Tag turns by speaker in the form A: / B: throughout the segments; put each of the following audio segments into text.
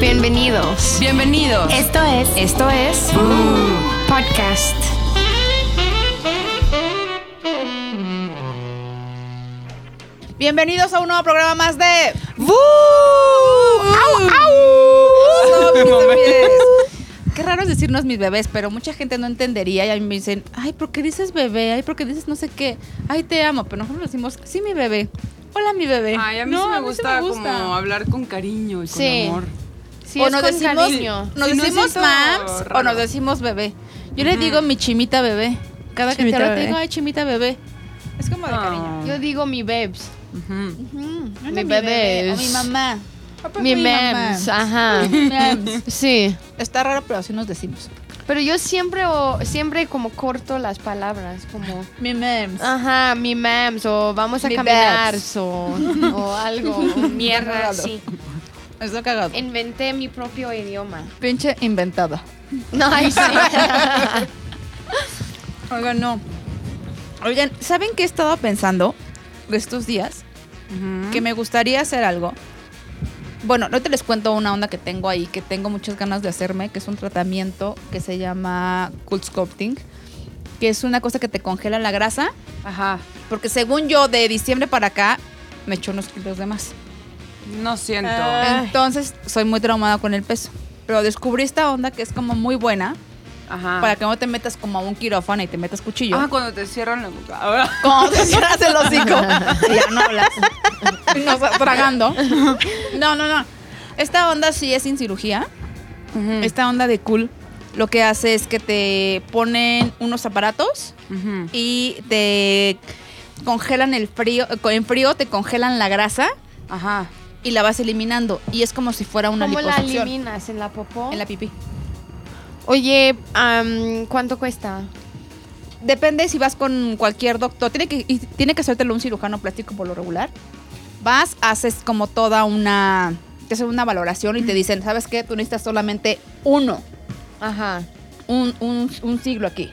A: Bienvenidos.
B: Bienvenidos.
A: Esto es. Esto es. Podcast.
B: Bienvenidos a un nuevo programa más de
A: ¡Bú! ¡Au,
B: Mis
A: au!
B: bebés. Qué raro es decirnos mis bebés, pero mucha gente no entendería y a mí me dicen, ay, ¿por qué dices bebé? Ay, ¿por qué dices no sé qué? Ay, te amo, pero nosotros decimos, sí, mi bebé. Hola, mi bebé.
C: Ay, a mí
B: No,
C: sí me
B: a
C: gusta,
B: me
C: como hablar con cariño y con
A: Sí.
C: amor.
A: Sí,
B: o
A: es
B: nos
A: con
B: decimos,
A: cariño.
B: nos
C: Sí, no
B: decimos
C: siento
B: mams o
C: raro.
B: nos decimos bebé. Yo le digo mi chimita bebé. Cada que
D: Chimita
B: te hablo te
D: bebé.
B: digo, ay, chimita bebé. Es como de cariño.
C: Ah.
A: Yo digo mi babes.
C: Ujú.
B: Ujú.
A: Mi
B: O
A: bebé
B: O
A: es-
B: mi Ah, mamá. pues
A: Mi mems.
B: mems.
A: Ajá.
B: Mems.
A: Sí.
B: Está raro, pero así nos decimos.
A: Pero yo siempre o siempre como corto las palabras, como
B: Mi mems.
A: ajá, mi mems o vamos a
B: Mi
A: caminar
B: babes.
A: o, o algo, o mierda
B: Raro.
A: así.
B: Es lo cagado.
A: Inventé mi propio idioma.
B: Pinche inventada.
A: No, ay, sí.
B: Oigan, no. Oigan, ¿saben qué he estado pensando estos días? Que me gustaría hacer algo. Bueno, no te les cuento una onda que tengo ahí, que tengo muchas ganas de hacerme, que es un tratamiento que se llama cool sculpting, que es una cosa que te congela la grasa,
C: Ajá.
B: porque según yo, de diciembre para acá, me echo unos kilos de más.
C: No siento.
B: Ah,
D: Ay.
B: Entonces, soy muy traumada con el peso. Pero descubrí esta onda que es como muy buena,
C: Ajá.
B: para que no te metas como a un quirófano y te metas cuchillo.
C: Ah, cuando te cierran la boca. Ahora.
B: Como te cierras el hocico y ya no hablas. Y Nos va tragando. No, no, no. Esta onda sí es sin cirugía. Esta onda de cool lo que hace es que te ponen unos aparatos
C: Ujú.
B: y te congelan el frío. En frío te congelan la grasa
C: Ajá.
B: y la vas eliminando. Y es como si fuera una
A: ¿Cómo la
B: liposucción.
A: eliminas en la popó?
B: en la pipí.
A: Oye, am, ¿cuánto cuesta?
B: Depende si vas con cualquier doctor. Tiene que, y tiene que hacértelo un cirujano plástico por lo regular. Vas, haces como toda una. Te hacen una valoración y te dicen, ¿sabes qué? Tú necesitas solamente uno,
A: Ajá.
B: un, un, un siglo aquí.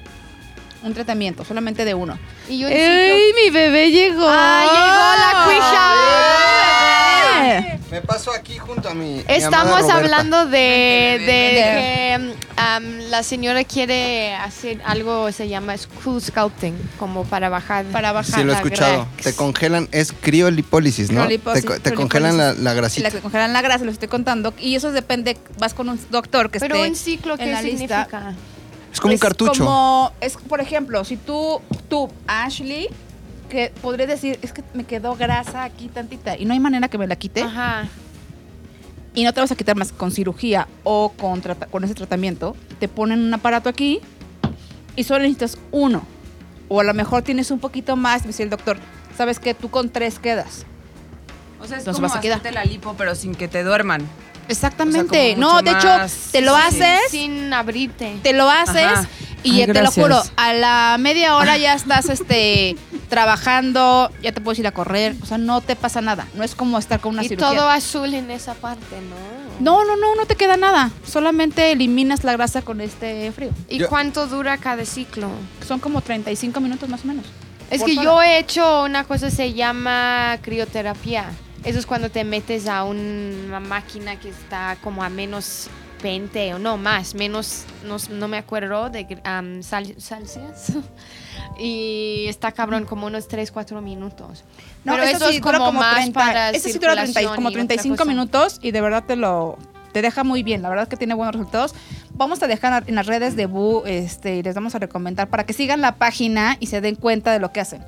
B: Un tratamiento, solamente de uno.
A: Y yo en
D: ¡Ey, mi bebé llegó!
A: ¡Ah, llegó la Quisha!
E: Me paso aquí junto a mi. mi amada
A: Estamos
E: Roberta.
A: hablando de,
C: Vente,
A: de que am, la señora quiere hacer algo, se llama school sculpting, como para bajar.
B: Para bajar.
E: Sí, lo he
A: la
E: escuchado.
A: grax.
E: Te congelan, es criolipólisis, ¿no?
B: Crioliposis-
E: te, co- te congelan la, la
B: Y la
E: grasita.
B: que congelan la grasa, lo estoy contando. Y eso depende, vas con un doctor que
A: Pero
B: esté.
A: un ciclo,
B: en
A: ¿qué
B: la lista.
A: significa?
E: Es como un
B: Es
E: cartucho.
B: pues, como- es, por ejemplo, si tú, tú, Ashley, que podrías decir, es que me quedó grasa aquí tantita y no hay manera que me la quite.
A: Ajá.
B: Y no te vas a quitar más con cirugía o con, trata- con ese tratamiento. Te ponen un aparato aquí y solo necesitas uno. O a lo mejor tienes un poquito más, me dice el doctor, sabes que tú con tres quedas.
C: O sea, es
B: Entonces
C: como
B: vas a quedar.
C: hacerte la lipo, pero sin que te duerman.
B: Exactamente.
C: como mucho
B: no, de hecho,
C: más-
B: te lo
C: Sí.
B: haces.
A: Sin abrirte.
B: te lo haces
C: Ajá.
B: y
C: Ay,
B: ya te lo
C: gracias.
B: juro, a la media hora ya estás este trabajando, ya te puedes ir a correr, o sea, no te pasa nada, no es como estar con una
A: y
B: cirugía.
A: todo azul en esa parte, ¿no?
B: no, no, no, no te queda nada. Solamente eliminas la grasa con este frío.
A: ¿Y
E: Yo-
A: cuánto dura cada ciclo?
B: Son como 35 minutos más o menos.
A: Es
B: Por
A: que
B: sola.
A: yo he hecho una cosa se llama crioterapia. Eso es cuando te metes a una máquina que está como a menos 20 o no más, menos, no, no me acuerdo, de um, Celsius. Y está cabrón como unos 3, 4 minutos.
B: No,
A: Pero
B: eso,
A: eso
B: sí
A: es
B: dura
A: como más para
B: eso sí dura 30 y-
A: circulación
B: como
A: y
B: 35
A: otra cosa.
B: minutos y de verdad te lo te deja muy bien, la verdad que tiene buenos resultados. Vamos a dejar en las redes de Bu este y les vamos a recomendar para que sigan la página y se den cuenta de lo que hacen.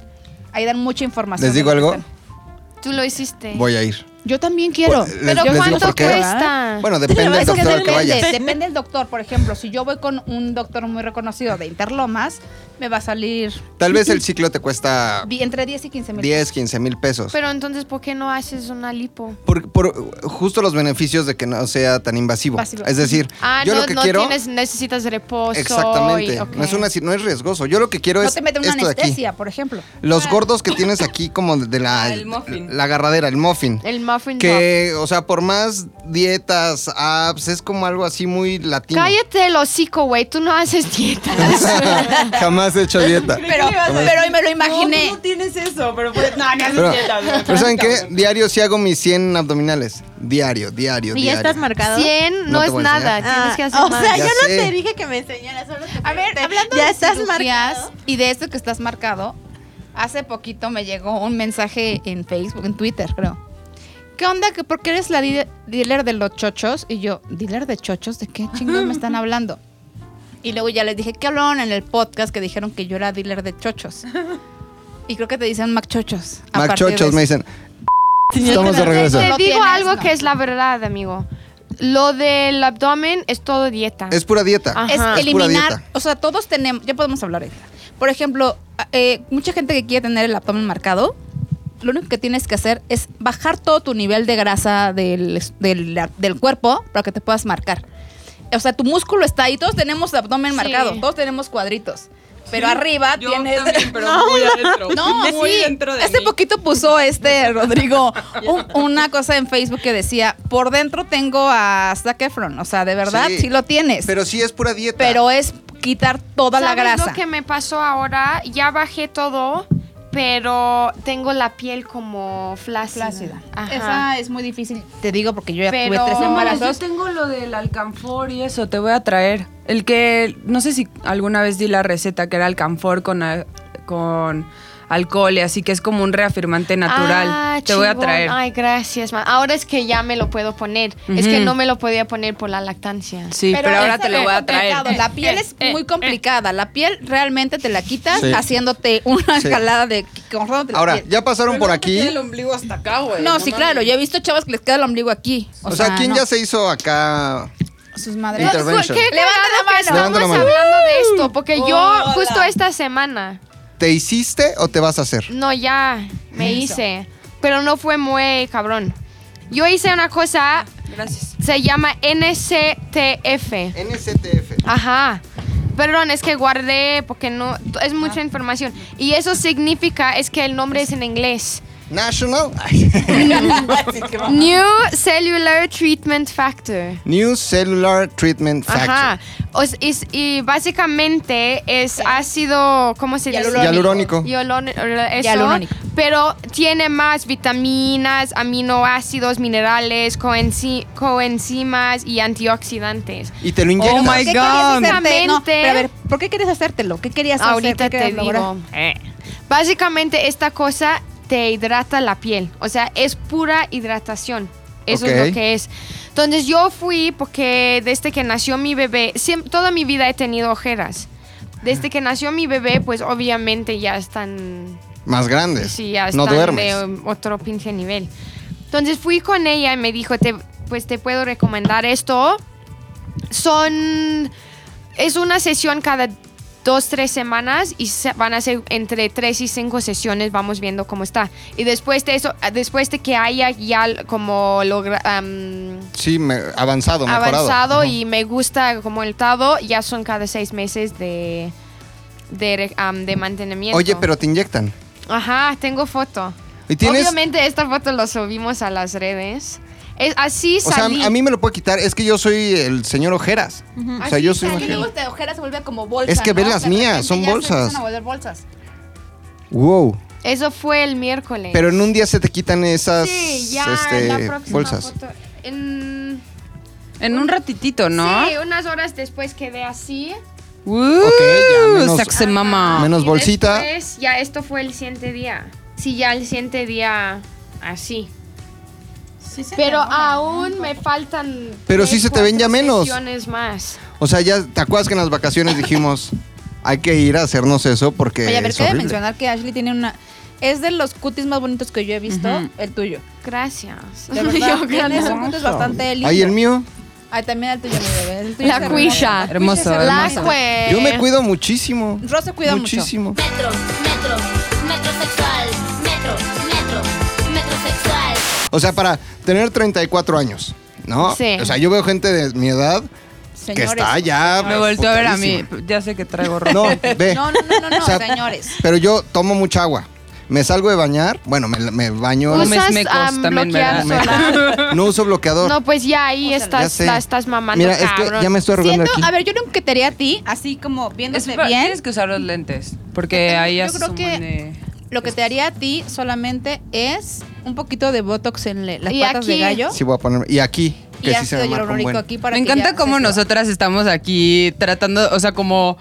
B: Ahí dan mucha información.
E: ¿Les
B: de
E: digo
B: lo que
E: algo?
B: están.
A: ¿Tú lo hiciste?
E: Voy a ir.
B: Yo también quiero.
E: Pues,
A: Pero
E: Les digo
A: ¿cuánto
E: por qué.
A: cuesta?
E: Bueno, depende del
B: es que
E: doctor al que
B: depende,
E: vayas.
B: depende del doctor. Por ejemplo, si yo voy con un doctor muy reconocido de Interlomas, me va a salir
E: Tal vez el ciclo te cuesta
B: di- entre 10 y 15 mil.
E: 10, 15 mil pesos.
A: Pero entonces, ¿por qué no haces una lipo?
E: Por, por justo los beneficios de que no sea tan invasivo.
B: Invasivo.
E: Es decir,
A: Ah,
E: yo
A: no,
E: lo que
A: no
E: quiero.
A: tienes, necesitas reposo. y-
E: exactamente.
A: ok.
E: no, es una, ci- no es riesgoso. Yo lo que quiero
B: No
E: es
B: te meten una
E: esto de aquí.
B: anestesia, por ejemplo.
E: Los gordos que tienes aquí, como de la,
C: Ah, el muffin.
E: la agarradera, el muffin.
A: El muffin top.
E: Que, o sea, por más dietas, apps, es como algo así muy latino.
A: Cállate el hocico, güey. Tú no haces dietas.
E: Jamás he hecho dieta.
B: Pero, pero me lo imaginé.
C: No, tú no tienes eso, pero pues, no, ni haces
E: Pero,
C: dietas, güey.
E: pero ¿saben qué? Diario sí hago mis 100 abdominales. Diario, diario,
D: ¿Y ya
E: diario.
D: estás marcado?
A: 100 no,
E: No te
A: es
E: voy a
A: nada.
E: enseñar.
D: Ah,
A: Tienes que hacer
D: o
A: más.
D: sea,
E: Ya
D: yo no
E: sé.
D: te dije que me enseñaras, solo te
B: A ver,
D: pregunté.
B: hablando
D: ya
B: de
D: estás
B: cirugías
D: marcado.
B: y de esto que estás marcado, hace poquito me llegó un mensaje en Facebook, en Twitter, creo. ¿Qué onda? que ¿Por qué eres la di- dealer de los chochos? Y yo, ¿dealer de chochos? ¿De qué chingos me están hablando? Y luego ya les dije, ¿qué hablaron en el podcast que dijeron que yo era dealer de chochos? Y creo que te dicen macchochos. a partir de
E: Machochos
B: eso.
E: me dicen. Estamos de regreso.
A: Te
B: No
A: digo
B: tienes,
A: algo
B: no.
A: que es la verdad, amigo. Lo del abdomen es todo dieta.
E: Es pura dieta.
A: Ajá.
B: es
E: Es pura
B: eliminar,
E: dieta.
B: o sea, todos tenemos, ya podemos hablar ahorita. Por ejemplo, a- eh, mucha gente que quiere tener el abdomen marcado, lo único que tienes que hacer es bajar todo tu nivel de grasa del, es- del, del cuerpo para que te puedas marcar. O sea, tu músculo está ahí, todos tenemos el abdomen
A: Sí.
B: marcado, todos tenemos cuadritos. Pero arriba
C: Yo
B: tienes...
C: también, pero no, muy adentro.
B: No,
C: muy
B: sí.
C: dentro de
B: Hace
C: mí.
B: poquito puso este Rodrigo un- una cosa en Facebook que decía, por dentro tengo a Zac Efron. O sea, de verdad, sí,
E: Sí.
B: lo tienes
E: Pero sí es pura dieta.
B: pero es quitar toda la
A: ¿Sabes
B: grasa.
A: lo que me pasó ahora? Ya bajé todo, pero tengo la piel como flácida. Ajá.
B: es muy difícil. Te digo porque yo ya
A: Pero-
B: tuve tres
A: No,
C: No, mames, yo
B: embarazos.
C: tengo lo del alcanfor y eso, te voy a traer. El que, no sé si alguna vez di la receta que era alcanfor con, a- con alcohol y así, que es como un reafirmante natural.
A: Ah,
C: te voy a
A: chingón.
C: traer.
A: Ay, gracias. ma. Ahora es que ya me lo puedo poner. Es que
C: Ujú.
A: no me lo podía poner por la lactancia.
C: sí, pero, ahora te lo voy a traer.
B: La piel es muy complicada. La piel realmente te la quitas
E: Sí.
B: haciéndote una
E: Sí.
B: escalada de cortándote la
E: Ahora,
B: piel.
E: ya pasaron por aquí.
C: ombligo hasta acá, güey.
B: No, sí, claro. Yo he visto chavas que les queda el ombligo aquí.
E: O, sea, ¿quién
B: no.
E: ya se hizo acá?
B: Sus madres.
E: Intervention.
A: ¿Qué
B: Levanta la
A: cagado que
B: mano.
E: Levanta la
A: Estamos
E: mano.
A: hablando de esto, porque yo
C: Hola.
A: justo esta semana,
E: ¿Te hiciste o te vas a hacer?
A: no, ya me hice, pero no fue muy cabrón. Yo hice una cosa,
C: Gracias.
A: se llama NCTF.
E: NCTF.
A: Ajá. Perdón, es que guardé porque no es mucha información. Y eso significa es que el nombre es en inglés.
E: National
A: New Cellular Treatment Factor.
E: New Cellular Treatment Factor.
A: Ajá. O s- es- y básicamente es ácido, ¿cómo se dice?
E: Hialurónico.
A: Hialurón- eso,
B: Hialurónico.
A: Pero tiene más vitaminas, aminoácidos, minerales, coenci- coenzimas y antioxidantes.
E: Y te lo
C: Oh
E: inyectas.
C: my
B: ¿Qué
C: God.
B: querías hacerte? No, pero a
A: Exactamente.
B: ver, ¿por qué querías hacértelo? ¿Qué querías hacer?
A: Ahorita
B: ¿Qué
A: te
B: querías
A: digo.
B: lograr?
A: Eh. Básicamente esta cosa te hidrata la piel. O sea, es pura hidratación. Eso es
E: Ok.
A: lo que es. Entonces yo fui porque desde que nació mi bebé, siem- toda mi vida he tenido ojeras. Desde que nació mi bebé, pues obviamente ya están
E: Más grandes.
A: Sí, ya
E: no
A: están
E: duermes.
A: de um, otro pinche nivel. Entonces fui con ella y me dijo, te, pues te puedo recomendar esto. Son, es una sesión cada dos, tres semanas y se- van a ser entre tres y cinco sesiones, vamos viendo cómo está. Y después de eso, después de que haya ya l- como logra, am,
E: Sí, me- avanzado, mejorado.
A: avanzado
E: Ajá.
A: y me gusta como el tado, ya son cada seis meses de, de, re- am, de mantenimiento.
E: Oye, pero te inyectan.
A: Ajá, tengo foto.
E: Y tienes.
A: Obviamente esta foto la subimos a las redes. Es, así
E: o sea,
A: salí.
E: a mí me lo puede quitar. Es que yo soy el señor Ojeras. O sea,
A: Así
E: yo soy
A: sale.
E: un
B: Es que
E: ojera.
B: luego te ojeras se vuelve como bolsa.
E: Es que
B: ¿no?
E: ven las
B: De
E: mías,
B: repente
E: son
B: ya se
E: bolsas.
B: empiezan a volver bolsas.
E: Wow.
A: Eso fue el miércoles.
E: Pero en un día se te quitan esas
A: sí, ya
E: este,
A: la próxima
E: bolsas.
A: foto. En-
C: En un ratitito, ¿no? Uh,
A: Sí, unas horas después quedé así.
C: Woo,
E: Ok, ya, menos-
C: sexy mamá.
E: Menos
A: Y
E: bolsita.
A: después, ya esto fue el siguiente día. Sí, ya el siguiente día así. Pero aún me faltan.
E: Pero
A: tres,
E: sí se te ven ya
A: cuatro
E: menos.
A: sesiones más.
E: O sea, ya te acuerdas que en las vacaciones dijimos, hay que ir a hacernos eso porque
B: Oye, a ver,
E: es
B: cabe
E: horrible.
B: mencionar que Ashley tiene una. Es de los cutis más bonitos que yo he visto,
C: Ujú.
B: el tuyo.
A: Gracias.
B: De verdad,
A: Yo
B: tiene
A: creo.
B: un cutis bastante lindo.
E: Ay, el mío,
B: Ay, también el tuyo, mi bebé. El tuyo
A: La
B: es hermoso.
A: cuisha.
B: La
C: Hermoso,
B: cuisha es
A: La
B: hermosa.
A: cue-
E: yo me cuido muchísimo.
B: Ro se cuida mucho.
E: muchísimo.
F: Metro, metro, metro sexual, metro, metro, metro sexual.
E: O sea, para tener 34 años, ¿no?
A: Sí.
E: O sea, yo veo gente de mi edad que
B: Señores.
E: está ya.
C: Me volteó a ver a mí. Ya sé que traigo ropa.
E: No, ve.
B: No, no, no, no, no,
E: eh. O sea,
B: señores.
E: Pero yo tomo mucha agua. Me salgo de bañar. Bueno, me, me baño.
C: Uy,
A: Usas
C: mesmecos
A: am,
C: también me
A: bloqueador
E: dan.
A: solar.
E: No uso bloqueador.
A: No, pues ya ahí
E: Ya
A: estás,
E: sé.
A: la estás mamando.
E: Mira, es
A: cabrón.
E: que ya me estoy arreglando
B: Siendo,
E: aquí.
B: a ver, yo nunca te haría a ti, así como
C: Es,
B: viéndote
C: pero
B: bien.
C: tienes que usar los lentes, porque ahí
B: yo
C: haces
B: creo
C: un
B: que-
C: buen de-
B: Lo que te haría a ti solamente es un poquito de botox en le- las
A: Y
B: patas de
A: aquí.
B: gallo.
E: Sí voy a ponerme. Y aquí,
B: Y
E: que sí se
B: ácido
E: me marca un
B: hialurónico
E: buen.
B: aquí para
C: Me
B: que
C: encanta
B: ya
C: cómo
B: se-
C: nosotras estamos aquí tratando, o sea, como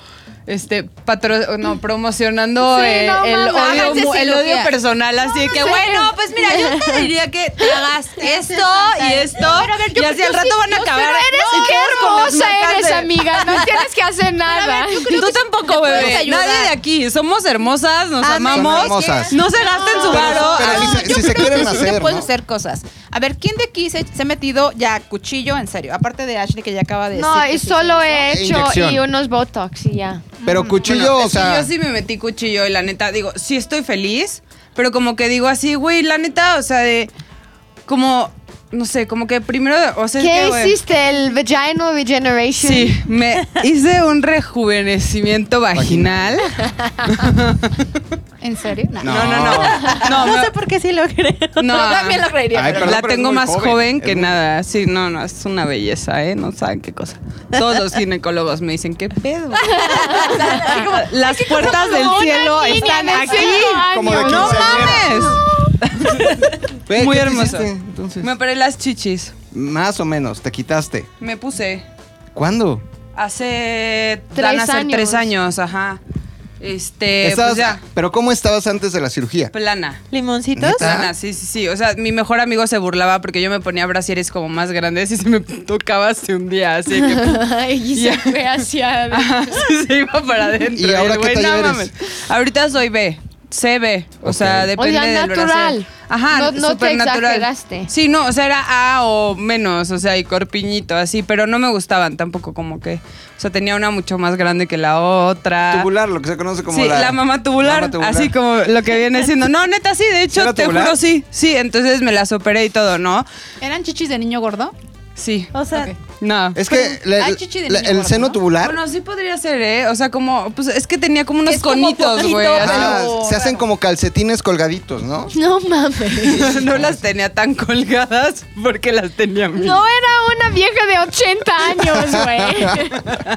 C: este patro, no, promocionando
A: Sí,
C: el,
A: no
C: el
A: mames.
C: odio,
B: Háganse
C: mu- el odio
B: cirugía.
C: personal, así que bueno, pues mira, yo te diría que te hagas esto y esto y así al rato van a acabar.
A: Pero eres
C: no,
A: qué
C: con las
A: hermosa
C: marcas
A: eres,
C: de-
A: amiga. No tienes que hacer nada.
C: Tú tampoco,
B: puedes
C: bebé.
B: ayudar.
C: Nadie de aquí. Somos hermosas, nos
B: Ah, no,
C: amamos.
E: son hermosas.
C: No se gasten su varo.
E: pero
C: hagan-
E: sí se-
B: ah, yo
E: si se
B: creo
E: quieren
B: que sí
E: hacer,
B: se pueden
E: ¿no?
B: hacer cosas. A ver, ¿quién de aquí se, se ha metido ya cuchillo en serio? Aparte de Ashley que ya acaba de
A: No,
B: decir. que
A: y
B: sí.
A: solo he
E: E
A: hecho
E: inyección.
A: y unos botox y ya.
E: Pero cuchillo,
C: Bueno,
E: o
C: es que
E: sea.
C: yo sí me metí cuchillo y la neta, digo, sí estoy feliz, pero como que digo así, güey, la neta, o sea, de. Como. No sé, como que primero. O sea, es
A: ¿Qué
C: que, güey,
A: hiciste? ¿El vaginal regeneration?
C: Sí, me hice un rejuvenecimiento vaginal.
B: ¿En serio? No.
E: No.
C: No, no, no. No,
B: No
C: me-
B: sé por qué sí lo creo.
C: No.
B: Yo también lo creería.
E: Ay,
B: pero-
E: perdón,
C: la
E: pero es
C: tengo
E: muy
C: más
E: joven,
C: joven,
E: es
C: que
E: muy-
C: nada. Sí, no, no, es una belleza, ¿eh? No saben qué cosa. Todos los ginecólogos me dicen, ¿qué pedo? Así como, Las puertas del
A: una
C: cielo
A: niña
C: están
A: de
C: aquí.
A: cinco
E: Como de
A: años.
C: ¡No
E: quinceañera.
C: mames!
E: Ve,
C: Muy
E: ¿qué te
C: hermoso.
E: hiciste, Entonces,
C: Me operé las chichis.
E: más o menos, te quitaste.
C: Me puse
E: ¿Cuándo?
C: hace.
A: Tres
C: van a ser
A: años.
C: tres años, ajá. Este.
E: Estabas-
C: Pues ya,
E: Pero ¿cómo estabas antes de la cirugía?
C: plana.
A: ¿Ah?
D: ¿Limoncitos?
E: ¿Neta?
C: Plana, sí, sí, sí. O sea, mi mejor amigo se burlaba porque yo me ponía brasieres como más grandes y se me tocaba hace un día. Así que
A: y se
C: Ya.
A: fue hacia...
C: Ajá, sí, se iba para adentro.
E: ¿Y ahora
C: el
E: qué
C: güey,
E: talla
C: no
E: eres?
C: mames. Ahorita soy B. CB, o sea,
E: Ok.
C: depende
A: Oigan,
C: del
A: natural.
C: brasier. Ajá,
A: No- no te
C: Ah, supernatural.
A: exageraste.
C: Sí, no, o sea, era A o menos, o sea, y corpiñito, así, pero no me gustaban tampoco como que, o sea, tenía una mucho más grande que la otra.
E: Tubular, lo que se conoce como
C: sí, la,
E: la,
C: mamá tubular,
E: mama tubular.
C: así como lo que viene siendo. No, neta, sí, de hecho,
E: ¿Era
C: te
E: tubular?
C: juro, sí. Sí, entonces me las operé y todo, ¿no?
B: ¿Eran chichis de niño gordo?
C: Sí,
D: O sea,
C: no.
E: Es que la-
B: Ay, chichi de
E: la-
B: niño
E: el
B: gordo,
E: seno
B: ¿no?
E: tubular ah,
C: Bueno, sí podría ser, ¿eh? O sea, como, pues es que tenía como unos
B: Es como
C: conitos,
B: poquito,
C: güey. así.
E: ajá,
B: pero-
E: se hacen como calcetines colgaditos, ¿no?
A: No mames.
E: Ah,
C: no las tenía tan colgadas porque las tenía mil.
A: No era una vieja de 80 años,
C: Ah.
A: güey.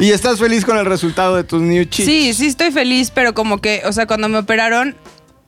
E: Y estás feliz con el resultado de tus new chips.
C: Sí, sí estoy feliz, pero como que, o sea, cuando me operaron,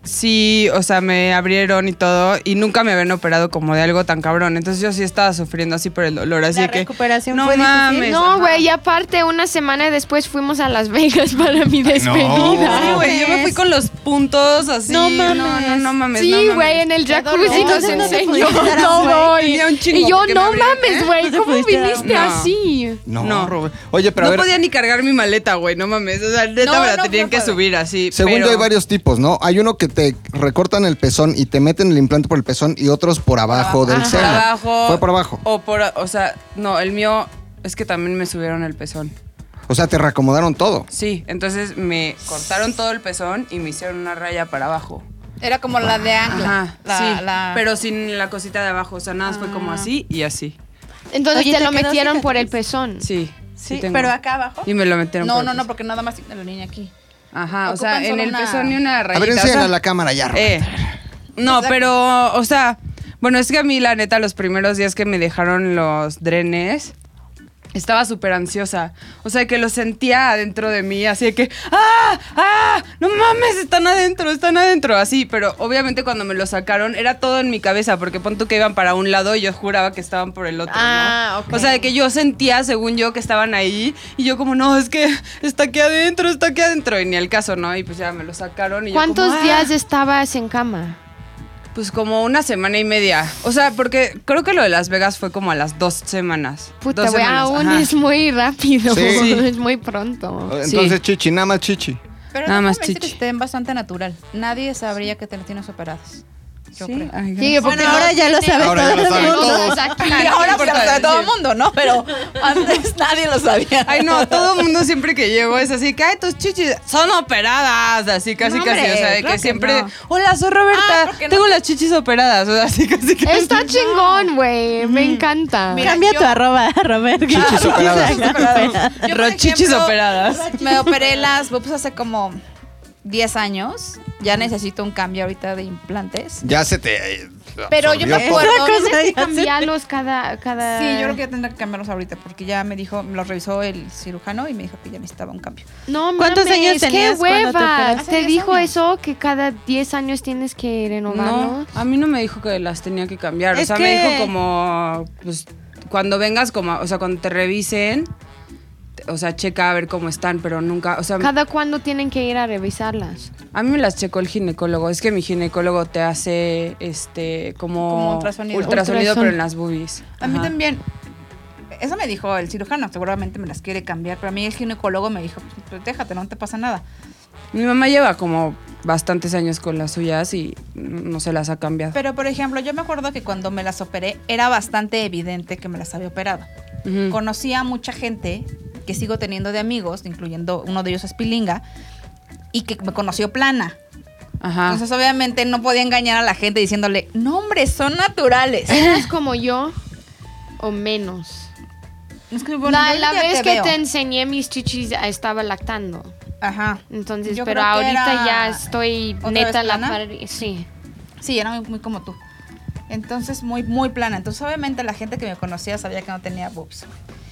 C: sí, o sea, me abrieron y todo, y nunca me habían operado como de algo tan cabrón. Entonces yo sí estaba sufriendo así por el dolor, así
D: La
C: que.
D: recuperación
C: no
D: fue difícil.
C: mames.
A: No,
C: ajá.
A: güey, y aparte una semana después fuimos a Las Vegas para mi despedida.
C: Sí, güey, yo me fui con los puntos así. No mames. No, no, no mames. no
A: Sí,
C: mames.
A: güey, en el jacuzzi
D: dolor.
A: nos
D: Entonces no te
A: enseñó
D: pudiste dar
A: todo,
D: así,
A: güey.
C: Tenía un chingo
A: Y yo,
C: porque me
A: no
C: abrieron,
A: mames,
C: ¿eh?
A: güey,
D: No te
A: ¿cómo
D: pudiste dar
A: viniste
C: un- No.
A: así?
E: No,
C: No.
E: Robert. Oye, pero
C: no
E: a ver,
C: podía ni cargar mi maleta, güey, no mames. O sea, neta
B: No,
C: me la
B: no,
C: tenían
B: no
C: que
B: puedo.
C: subir así.
E: según
C: pero-
E: yo hay varios tipos, ¿no? Hay uno que te recortan el pezón y te meten el implante por el pezón y otros por abajo del
C: Ajá.
E: seno.
C: Por abajo.
E: Fue por abajo.
C: O por, o sea, no, el mío es que también me subieron el pezón.
E: O sea, te reacomodaron todo.
C: Sí, entonces me cortaron todo el pezón y me hicieron una raya para abajo.
B: Era como la de Angla.
C: Ajá,
B: la,
C: sí, Ah.
B: la-
C: pero sin la cosita de abajo, o sea, nada más fue como así y así.
A: Entonces
D: Oye,
A: te,
D: ¿te
A: lo
D: quedó
A: metieron
D: cicatriz?
A: por el pezón.
C: Sí,
D: sí,
C: tengo.
D: pero acá abajo.
C: Y me lo metieron
B: No,
C: por el
B: no, no,
C: pezón.
B: porque nada más tiene la niña aquí.
C: Ajá, o
B: Ocupan
C: sea, en
B: solo
C: el
B: una-
C: pezón y una rayita.
E: a ver,
C: o sea,
E: enséñala a la cámara ya, Robert.
C: Eh, no, pero, o sea, bueno, es que a mí la neta, los primeros días que me dejaron los drenes, estaba súper ansiosa. O sea, que lo sentía adentro de mí, así de que, ¡ah! ¡ah! ¡No mames! Están adentro, están adentro, así. Pero obviamente cuando me lo sacaron, era todo en mi cabeza, porque pon tú que iban para un lado y yo juraba que estaban por el otro, ¿no?
A: Ah, ok.
C: O sea, de que yo sentía, según yo, que estaban ahí, y yo como, no, es que está aquí adentro, está aquí adentro, y ni el caso, ¿no? Y pues ya me lo sacaron y yo
A: ¿Cuántos
C: como, "Ah".
A: días estabas en cama?
C: Pues como una semana y media. O sea, porque creo que lo de Las Vegas fue como a las dos semanas.
A: Puta,
C: Dos
A: güey,
C: semanas,
A: aún
C: ajá.
A: es muy rápido.
E: Sí.
A: Es muy pronto.
E: Entonces, chichi, nada más chichi.
B: Pero nada
C: Nada más
B: más
C: chichi.
B: que estén bastante natural. Nadie sabría que te las tienes operadas. Yo
C: Sí,
B: creo.
C: ay,
A: Sí,
C: gracias.
A: porque
D: Bueno, ahora ya lo sabe
E: Ahora ya
D: todo
E: lo
D: el
E: saben
D: mundo.
E: todos.
A: todos aquí.
B: Y ahora se lo sabe todo el
C: Sí.
B: mundo, ¿no? Pero antes nadie lo sabía.
C: Ay, no, todo el mundo siempre que llego es así, que, ay, tus chichis son operadas, así casi
B: No,
C: casi, o
B: hombre,
C: sea, de
B: claro
C: que
B: que
C: siempre,
B: no.
C: hola, soy
B: Ah,
C: Roberta,
B: ¿por qué no?
C: tengo las chichis operadas, o sea, así casi casi.
A: Está chingón, güey. Me encanta.
B: Mira,
D: Cambia
B: yo-
D: tu arroba, Robert.
E: Chichis operadas.
B: Yo, por
C: Rochichis
B: ejemplo,
C: operadas.
B: Me operé las boobs hace como 10 años, Ya necesito un cambio ahorita de implantes.
E: Ya se te. eh,
A: Pero yo me
E: absorbió
A: acuerdo,
B: Otra cosa,
A: tienes que
B: ya sé.
A: cambiarlos cada, cada...
B: Sí, yo creo que ya tendré que cambiarlos ahorita porque ya me dijo, me los revisó el cirujano y me dijo que ya necesitaba un cambio.
A: No,
G: ¿Cuántos
A: mames,
G: años tenías
A: ¡Qué
G: cuando te
A: hueva!
G: operaste?
A: ¿Te dijo eso que cada 10 años tienes que renovarlo?
C: No, a mí no me dijo que las tenía que cambiar.
G: Es
C: o sea, me
G: que-
C: dijo como, pues, cuando vengas, como, o sea, cuando te revisen, te- o sea, checa a ver cómo están, pero nunca, o sea,
A: ¿Cada cuándo tienen que ir a revisarlas?
C: a mí me las checó el ginecólogo. Es que mi ginecólogo te hace, este, como,
B: Como ultrasonido.
C: ultrasonido,
A: Ultrason.
C: pero en las boobies.
B: A mí
C: Ajá.
B: también. Eso me dijo el cirujano, seguramente me las quiere cambiar, pero a mí el ginecólogo me dijo, pues, pues, déjate, no te pasa nada.
C: Mi mamá lleva como bastantes años con las suyas y no se las ha cambiado.
B: Pero por ejemplo, yo me acuerdo que cuando me las operé era bastante evidente que me las había operado.
C: Ujú.
B: Conocía a mucha gente que sigo teniendo de amigos, incluyendo uno de ellos es Pilinga, y que me conoció plana.
A: Ah.
C: Ajá.
B: Entonces obviamente no podía engañar a la gente diciéndole, no hombre, son naturales.
A: ¿Eres como yo o menos?
B: Es que, bueno,
A: la
B: yo
A: la
B: ya
A: vez que
B: veo.
A: te enseñé mis chichis ah, estaba lactando.
B: Ajá.
A: Entonces,
B: Yo
A: pero
B: creo que
A: ahorita
B: era-
A: ya estoy
B: ¿Otra
A: neta
B: vez
A: la
B: plana?
A: par. Sí.
B: Sí, era muy, muy como tú. Entonces, muy, muy plana. Entonces, obviamente, la gente que me conocía sabía que no tenía boobs.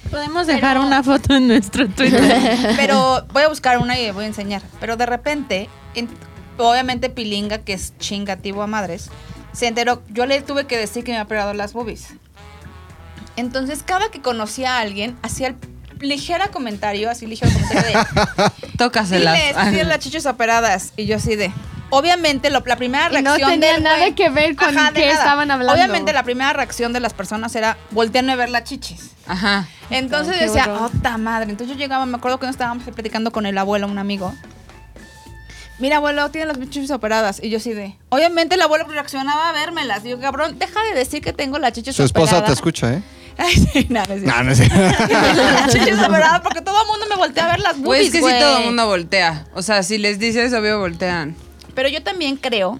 G: Podemos dejar una foto en nuestro Twitter.
B: Pero voy a buscar una y le voy a enseñar. Pero de repente, en- obviamente, Pilinga, que es chingativo a madres, se enteró. Yo le tuve que decir que me había operado las boobies. Entonces, cada que conocía a alguien, hacía el ligera comentario, así ligero comentario de.
C: Tócaselas.
B: Diles, diles las chichis operadas. Y yo así de. Obviamente, lo- la primera
A: Y no
B: reacción.
A: tenía
B: del
A: nada
B: güey-
A: que ver con
B: Ajá, de
A: qué
B: nada.
A: estaban hablando.
B: Obviamente, la primera reacción de las personas era voltearme a ver las chichis.
C: Ajá.
B: Entonces
A: qué
B: decía,
A: horror.
B: ¡ota madre! Entonces yo llegaba, me acuerdo que nos estábamos platicando con el abuelo, un amigo. Mira, abuelo, tiene las chichis operadas. Y yo así de. Obviamente, el abuelo reaccionaba a vérmelas. Digo, cabrón, deja de decir que tengo las chichis
E: Su esposa te
B: operadas.
E: escucha, ¿eh?
B: Ay, sí, nada, no es cierto.
E: No, no es cierto.
B: Las chichis operadas, porque todo el mundo me voltea a ver las boobies,
C: Pues es que
B: güey.
C: sí todo el mundo voltea. O sea, si les dices, obvio voltean.
B: Pero yo también creo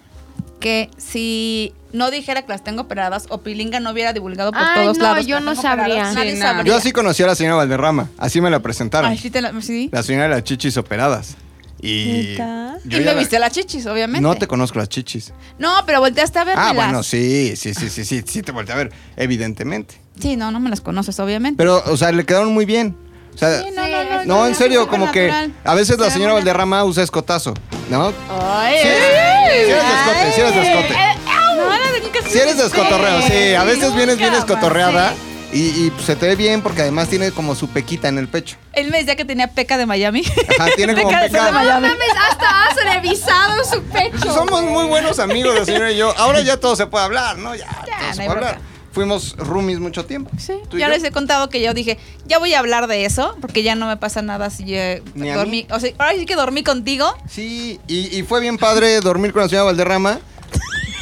B: que si no dijera que las tengo operadas o Pilinga no hubiera divulgado por
A: Ay,
B: todos
A: no,
B: lados. que
A: yo
B: las
A: no
B: tengo operadas,
A: sabría.
B: nadie
C: Sí, nada.
B: sabría.
E: Yo así conocí a la señora Valderrama. Así me la presentaron.
B: Ay, sí te la- sí.
E: La señora de las chichis operadas. Y.
G: ¿Neta?
E: yo
B: y
E: ya
B: me
E: la-
B: viste Ah, las chichis, obviamente.
E: No te conozco las chichis.
B: No, pero volteaste a verlas.
E: Ah, bueno, sí, sí, sí, sí, sí, sí te volteé a ver, evidentemente.
B: Sí, no, no me las conoces, obviamente.
E: Pero, o sea, le quedaron muy bien. O sea,
B: Sí,
E: no,
B: no,
E: en serio, como que
B: natural.
E: a veces la
B: Queda
E: señora
B: muy
E: Valderrama usa escotazo, ¿no?
B: Ay,
E: Sí, sí eres de escote, sí eres de escote.
B: No, la de Nica
E: Si eres de escotorreo, sí. A veces vienes bien
B: Nunca,
E: escotorreada
B: man, sí.
E: y, y, pues, se te ve bien porque además tiene como su pequita en el pecho.
B: Él me decía que tenía peca de Miami.
E: Ajá, tiene como
B: de ser de
E: peca.
B: Miami.
A: hasta has revisado su pecho.
E: Pues Somos muy buenos amigos, la señora y yo. Ahora ya todo se puede hablar, ¿no? Ya, todo
B: no
E: se
B: hay
E: puede hablar.
B: bronca.
E: Fuimos roomies mucho tiempo.
B: Sí,
E: tú y
B: ya
E: yo.
B: les he contado que yo dije, ya voy a hablar de eso, porque ya no me pasa nada si yo
E: Ni a
B: dormí.
E: mí.
B: O sea, ahora sí que dormí contigo.
E: Sí, y, y fue bien padre dormir con la señora Valderrama.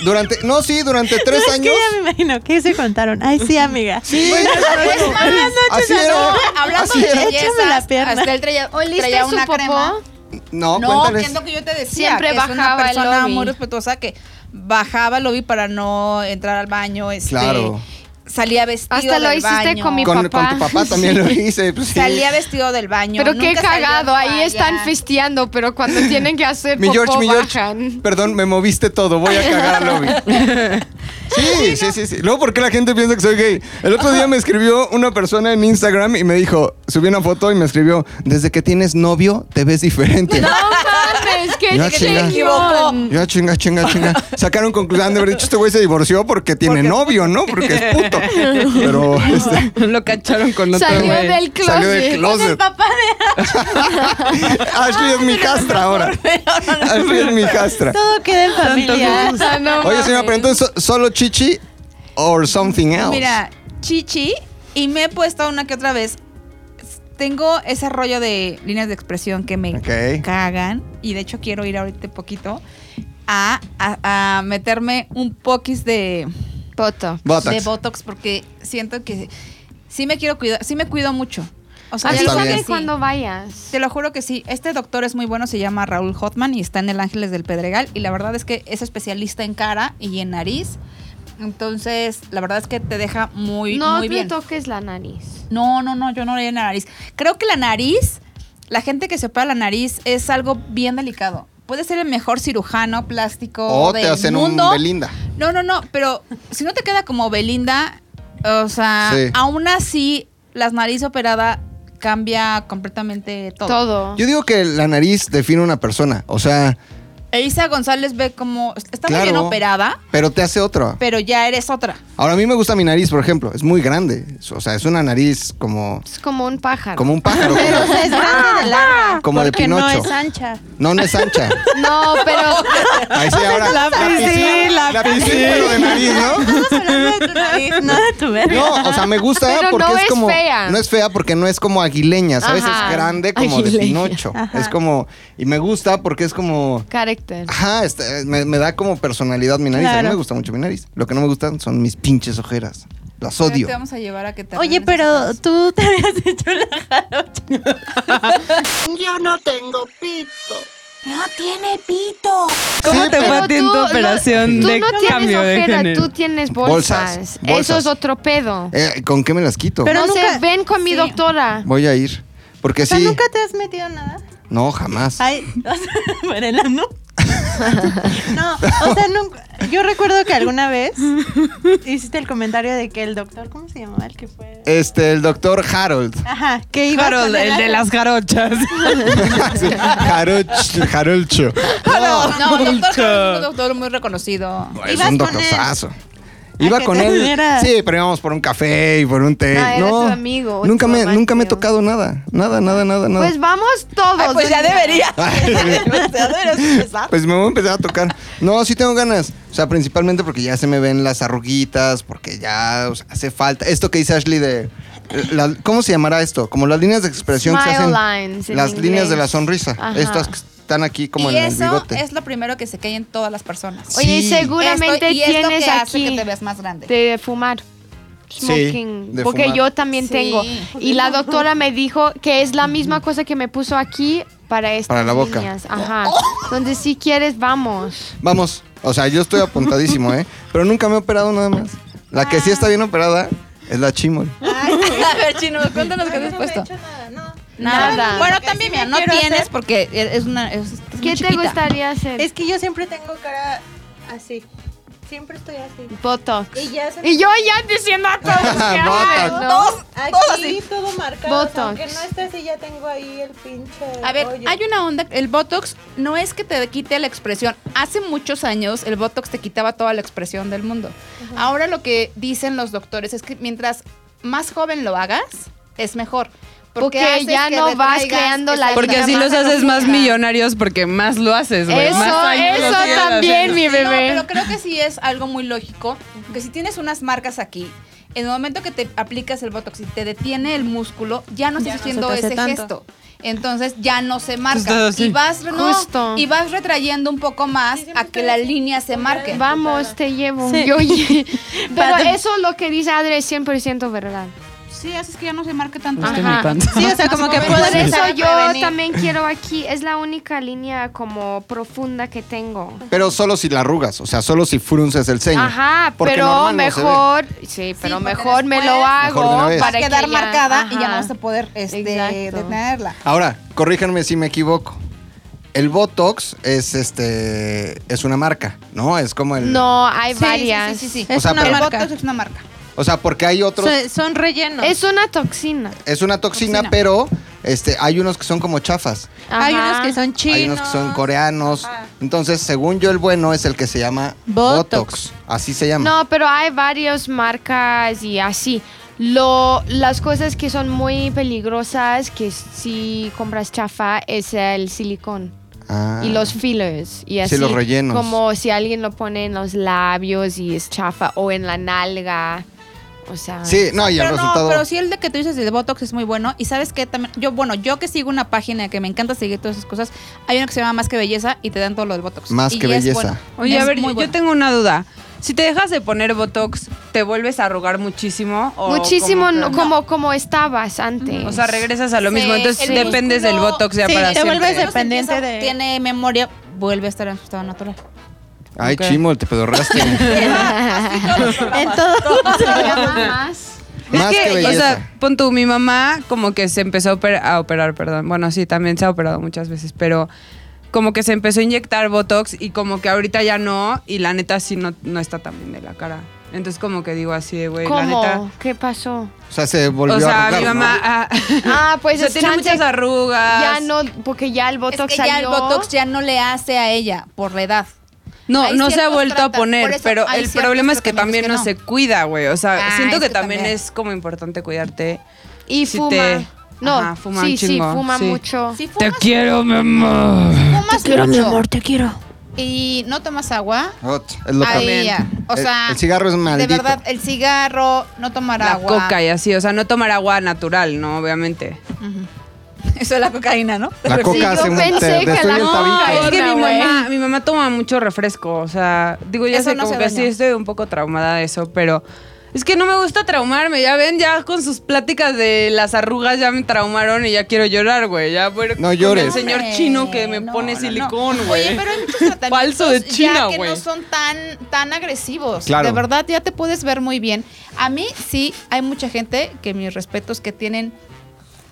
E: Durante, no, sí, durante tres
G: Es que
E: años.
G: ya me imagino que se contaron. Ay, sí, amiga.
E: Sí, así era.
B: Hablando
E: así
B: de
E: era.
G: belleza.
B: bellezas,
G: la pierna.
B: hasta él traía,
A: ¿Oliste
B: traía
A: su
B: una
A: popó?
B: crema.
E: No,
B: No, que es
E: cuéntales.
B: lo que yo te decía.
A: Siempre
B: que
A: bajaba
B: es
A: el
B: una persona
A: lobby.
B: muy respetuosa que bajaba el lobby para no entrar al baño. Este,
E: Claro.
B: Salía vestido
A: Hasta lo
B: del
A: hiciste
B: baño.
A: con mi
E: Con,
A: papá.
E: con tu papá también lo hice. Pues, sí.
B: Salía vestido del baño.
A: Pero qué
B: nunca salía
A: cagado,
B: para
A: ahí están
B: allá.
A: festeando, pero cuando tienen que hacer
E: Mi George,
A: popó,
E: mi George.
A: bajan.
E: Perdón, me moviste todo. Voy a cagar al lobby. Sí, sí, sí, sí. Luego, ¿por qué la gente piensa que soy gay? El otro día me escribió una persona en Instagram y me dijo, subí una foto y me escribió, desde que tienes novio te ves diferente.
A: No mames, qué
E: Ya, chinga.
A: chingón.
E: Ya, chinga, chinga, chinga. Sacaron conclusión han de haber dicho, este güey se divorció porque tiene novio, ¿no? Porque es puto. Pero este,
C: Lo cacharon con otro
A: Salió
C: güey.
A: del closet.
E: salió del closet.
D: Papá de
E: Ashley es mi castra ahora. Ashley es mi castra.
G: Todo queda en familia.
A: Ah, no
E: Oye,
A: mames.
E: señora, pero entonces, ¿so- ¿solo chichi or something else?
B: Mira, chichi, y me he puesto una que otra vez. Tengo ese rollo de líneas de expresión que me
E: Ok.
B: cagan. Y de hecho quiero ir ahorita un poquito a, a- a meterme un poquis de,
A: Poto.
E: Botox.
B: de Botox porque siento que sí me quiero cuidar, sí me cuido mucho. O sea,
A: Así
E: está
B: siento
E: bien.
A: que
B: que sí.
A: cuando vayas.
B: Te lo juro que sí. Este doctor es muy bueno, se llama Raúl Hotman y está en el Ángeles del Pedregal. Y la verdad es que es especialista en cara y en nariz. Entonces, la verdad es que te deja muy,
A: No
B: muy
A: te
B: bien.
A: toques la nariz.
B: No, no, no, yo no haría la nariz. Creo que la nariz, la gente que se opera la nariz es algo bien delicado. puede ser el mejor cirujano plástico
E: O
B: del
E: te hacen un
B: mundo.
E: Belinda.
B: No, no, no, pero si no te queda como Belinda, o sea,
E: Sí.
B: aún así, las nariz operada cambia completamente todo.
A: Todo.
E: Yo digo que la nariz define una persona. O sea,
B: E Isa González ve como. Está
E: Claro.
B: muy bien operada,
E: pero te hace otra.
B: pero ya eres otra.
E: Ahora, a mí me gusta mi nariz, por ejemplo. Es muy grande. O sea, es una nariz como,
A: Es como un pájaro.
E: como un pájaro.
D: O sea, es grande de larga.
E: Como de
D: porque
E: Pinocho.
D: no es ancha.
E: No, no es ancha.
A: No, pero
E: Ahí sí, ahora.
G: sí, la
E: Lapicín, pero de nariz, ¿no?
D: No de tu verga.
E: No, o sea, me gusta
A: Pero
E: porque
A: no
E: es
A: es
E: como.
A: fea.
E: No es fea porque no es como aguileña, ¿sabes?
A: Ajá.
E: Es grande como de
G: Aguileña.
E: Pinocho. Es como. Y me gusta porque es como.
A: carácter.
E: Ajá, está- me, me da como personalidad mi nariz. A mí
D: Claro.
E: me gusta mucho mi nariz. Lo que no me gustan son mis pinches ojeras. Las odio.
B: Te vamos a llevar a que te
D: Oye,
B: arreglen esas
D: pero
B: cosas.
D: tú te habías hecho la jarocha.
F: No tiene pito.
G: ¿Cómo te
A: Pero
G: fue a ti en
A: tú
G: tu
A: no-
G: operación
A: tú
G: de
A: no tienes
G: cambio de
A: ojera,
G: género?
A: tú tienes bolsas.
E: Bolsas,
A: Eso
E: bolsas.
A: es otro pedo.
E: Eh, ¿Con qué me las quito?
D: Pero
A: no sé,
D: nunca-
A: ven con mi
D: sí.
A: doctora.
E: Voy a ir. Porque
D: O sea,
E: sí.
D: ¿nunca te has metido nada?
E: No, jamás.
D: Ay, o sea, por el ano. No, o sea, nunca. Yo recuerdo que alguna vez hiciste el comentario de que el doctor, ¿cómo se llamaba el que fue?
E: Este, el doctor Harold.
D: Ajá, que iba
G: Harold,
D: con
G: el de las jarochas.
E: Sí, Harold, Harolcho.
B: No, no, el doctor
G: Mucho.
B: Carlos es un doctor muy reconocido.
E: Es Pues,
D: Ibas
E: un
D: con él.
E: doctorazo.
D: A
E: Iba
D: que
E: con
D: te
E: él.
D: diera-
E: Sí, pero íbamos por un café y por un té.
A: Ah, era
E: no,
A: tu amigo,
E: nunca
A: tu
E: me,
A: amante,
E: nunca me he
A: o-
E: tocado nada, nada, nada, nada, nada.
A: Pues vamos todos.
B: Ay, pues ya
A: Belinda.
B: debería.
E: Pues me voy a empezar a tocar. No, sí tengo ganas. O sea, principalmente porque ya se me ven las arruguitas, porque ya o sea, hace falta. Esto que dice Ashley de. eh, la- ¿Cómo se llamará esto? Como las líneas de expresión que se
A: Smile
E: hacen.
A: lines en
E: las
A: inglés.
E: líneas de la sonrisa.
A: Ajá.
E: Estas que están aquí como
B: y
E: en el
B: eso
E: bigote.
B: es lo primero que se cae en todas las personas.
A: Oye, y
E: Sí.
B: Esto-
A: seguramente
B: y es lo
A: tienes
B: que hace
A: aquí
B: que te veas más grande.
A: de fumar.
E: Sí,
A: Smoking,
E: de
A: porque
E: fumar.
A: yo también
B: Sí.
A: tengo. Y la doctora me dijo que es la misma cosa que me puso aquí para estas
E: Para la boca. Oh.
A: líneas. Ajá. Donde si quieres, vamos.
E: Vamos, o sea, yo estoy apuntadísimo, ¿eh? Pero nunca me he operado nada más. La que sí está
A: Ah.
E: bien operada es la chimol.
B: A ver, Chino, cuéntanos qué has puesto.
A: Nada. Nada.
B: Bueno,
D: Porque
B: también,
D: sí
B: mira,
D: me
B: no
D: quiero
B: tienes
D: hacer-
B: porque es una. Es, estás muy
A: ¿Qué te
B: chiquita.
A: gustaría hacer?
D: Es que yo siempre tengo cara así. Siempre estoy así.
A: Botox.
D: Y ya se
A: Y yo ya diciendo a todos que hagan,
E: Botox.
A: ¿no?
B: Dos.
D: Aquí todo marcado.
A: Botox.
D: o sea, Aunque no esté así, ya tengo ahí el pinche.
B: A ver,
D: hoyo.
B: hay una onda. El Botox no es que te quite la expresión. Hace muchos años el Botox te quitaba toda la expresión del mundo. Ahora lo que dicen los doctores es que mientras más joven lo hagas, es mejor.
A: Porque
B: haces
A: ya
B: que
A: no vas
B: retraigas
A: creando
B: esa-
A: la
C: Porque así los haces más millonarios porque más lo haces, güey.
A: Eso,
C: Más años lo
A: eso
C: sigues
A: también,
C: haciendo.
E: ¿eh?
A: mi bebé.
B: No, pero creo que sí es algo muy lógico, que si tienes unas marcas aquí, en el momento que te aplicas el botox y te detiene el músculo, ya no estás
D: no se
B: haciendo
D: te hace
B: ese
D: tanto.
B: gesto. Entonces ya no se
C: Estás
B: marca
C: así.
B: y vas re- no,
A: Justo.
B: y vas retrayendo un poco más
D: Sí, siempre
B: a que la
D: estoy así,
B: línea se marque.
A: Vamos, te llevo.
D: Sí.
A: Yo- pero
D: Perdón.
A: eso lo que dice Adri es 100% verdad.
B: Sí, haces que ya no se marque tanto.
E: Ah.
C: Es que
A: Ajá.
C: mi panza.
D: Sí, o sea, como que
B: Por
D: puedes
A: Por eso
D: empezar a
A: yo
D: prevenir.
A: también quiero aquí, es la única línea como profunda que tengo.
E: Pero solo si la arrugas, o sea, solo si frunces el ceño.
A: Ajá,
E: Porque
A: pero
E: normal no se ve.
A: mejor, sí, pero
B: porque
A: mejor me
B: después-
A: lo
E: Mejor de una
A: hago
E: vez.
A: para
B: Para quedar
A: que ya-
B: marcada y ya
A: ajá.
B: no vas a poder este,
A: Exacto.
B: detenerla.
E: Ahora, corríjanme si me equivoco. El Botox es este es una marca, ¿no? Es como el
A: No, hay
B: Sí, sí,
A: varias.
B: Sí, sí, sí.
E: O sea,
B: el
E: pero-
B: botox es una marca.
E: O sea, porque hay otros
D: Son, son rellenos.
A: Es una toxina.
E: es una toxina,
B: Toxina.
E: pero este hay unos que son como chafas.
D: Hay
A: Ajá.
D: unos que son chinos.
E: Hay unos que son coreanos. Entonces, según yo el bueno es el que se llama Botox,
D: Botox.
E: así se llama.
A: No, pero hay varias marcas y así. Lo, las cosas que son muy peligrosas que si compras chafa es el silicón
E: Ah.
A: y los fillers y así.
E: los rellenos.
A: Como si alguien lo pone en los labios y es chafa o en la nalga. O sea,
E: Sí, no, y el
B: pero
E: resultado
B: no, pero sí el de que tú dices de Botox es muy bueno. Y sabes que también, yo, bueno, yo que sigo una página que me encanta seguir todas esas cosas, hay una que se llama Más que Belleza y te dan todo lo del Botox.
E: Más
B: Y
E: que
B: es
E: Belleza.
B: bueno.
C: Oye,
B: Es
C: a ver,
B: muy
C: yo,
B: bueno.
C: tengo una duda. Si te dejas de poner Botox, ¿te vuelves a arrugar muchísimo? o
A: muchísimo
C: como
A: no-
C: que-
A: como, como estabas antes.
C: O sea, regresas a lo
B: Sí,
C: mismo. Entonces
B: el
C: dependes del
B: músculo-
C: Botox ya
D: sí,
C: para
D: te
C: siempre.
D: vuelves
B: Cuando se
D: Dependiente
B: empieza,
D: de-
B: Tiene memoria, vuelve a estar en su estado natural.
E: Ay,
C: Ok.
E: chimo, te pedorraste.
D: En todo.
A: más.
E: Más que, belleza.
C: o sea, pon tú, mi mamá como que se empezó a oper- a operar, perdón. Bueno, sí, también se ha operado muchas veces, pero como que se empezó a inyectar Botox y como que ahorita ya no, y la neta sí no, no está tan bien de la cara. Entonces como que digo así, de, güey, la neta...
A: ¿Cómo? ¿Qué pasó?
E: O sea, se volvió
C: O
E: a
C: sea,
E: arrugar,
C: mi
E: ¿no?
C: mamá... Ah,
A: Ah, pues
C: o sea,
A: es
C: tiene
A: chance-
C: muchas arrugas.
A: Ya no, porque ya el
B: Es
A: Botox
B: que ya el
A: salió.
B: Botox ya no le hace a ella por la edad.
C: No,
B: Hay
C: no se ha
B: ciertos
C: vuelto a
B: trata- por
C: poner,
B: eso
C: pero
B: hay
C: el
B: ciertos
C: problema es que
B: tratamientos
C: también
B: que
C: no.
B: no.
C: se cuida, güey. O sea,
B: Ah,
C: siento
B: es
C: que,
B: que
C: también,
B: también.
C: es como importante cuidarte.
A: Y
C: si
A: fuma.
C: te-
A: No,
C: Ajá, fuma
A: sí,
C: un chingo,
A: sí, fuma
C: sí.
D: Oh.
A: mucho.
B: Si
C: Te
B: fumas,
C: quiero, mi amor.
B: fumas mucho
A: te quiero.
B: y no tomas agua,
E: Ot, es lo
B: ahí
E: peor.
B: ya. O
E: El-
B: sea,
E: el, cigarro es maldito.
B: de verdad, el cigarro, no tomar
C: La
B: agua.
C: coca y así, o sea, no tomar agua natural, ¿no? Obviamente.
B: Eso es la cocaína, ¿no?
E: La coca hace
A: yo
E: un
A: pensé
E: te
A: que la
E: destruye el
A: coca
E: tabique.
A: es-
C: es que
A: Gorda,
C: mi
A: güey.
C: mamá, mi mamá toma mucho refresco, o sea, digo, ya
B: Eso
C: sé
B: no
C: como
B: hace
C: que
B: daño.
C: sí estoy un poco traumada de eso, pero es que no me gusta traumarme, ya ven, ya con sus pláticas de las arrugas ya me traumaron y ya quiero llorar, güey, ya voy a ir
E: No
C: con
E: llores.
C: el señor
B: Hombre,
C: chino que me
B: no,
C: pone
B: no, no.
C: silicón, güey.
B: Oye, pero hay muchos tratamientos
C: Falso de China,
B: ya que
C: güey.
B: no son tan, tan agresivos.
E: Claro.
B: De verdad, ya te puedes ver muy bien. A mí sí, hay mucha gente que mis respetos que tienen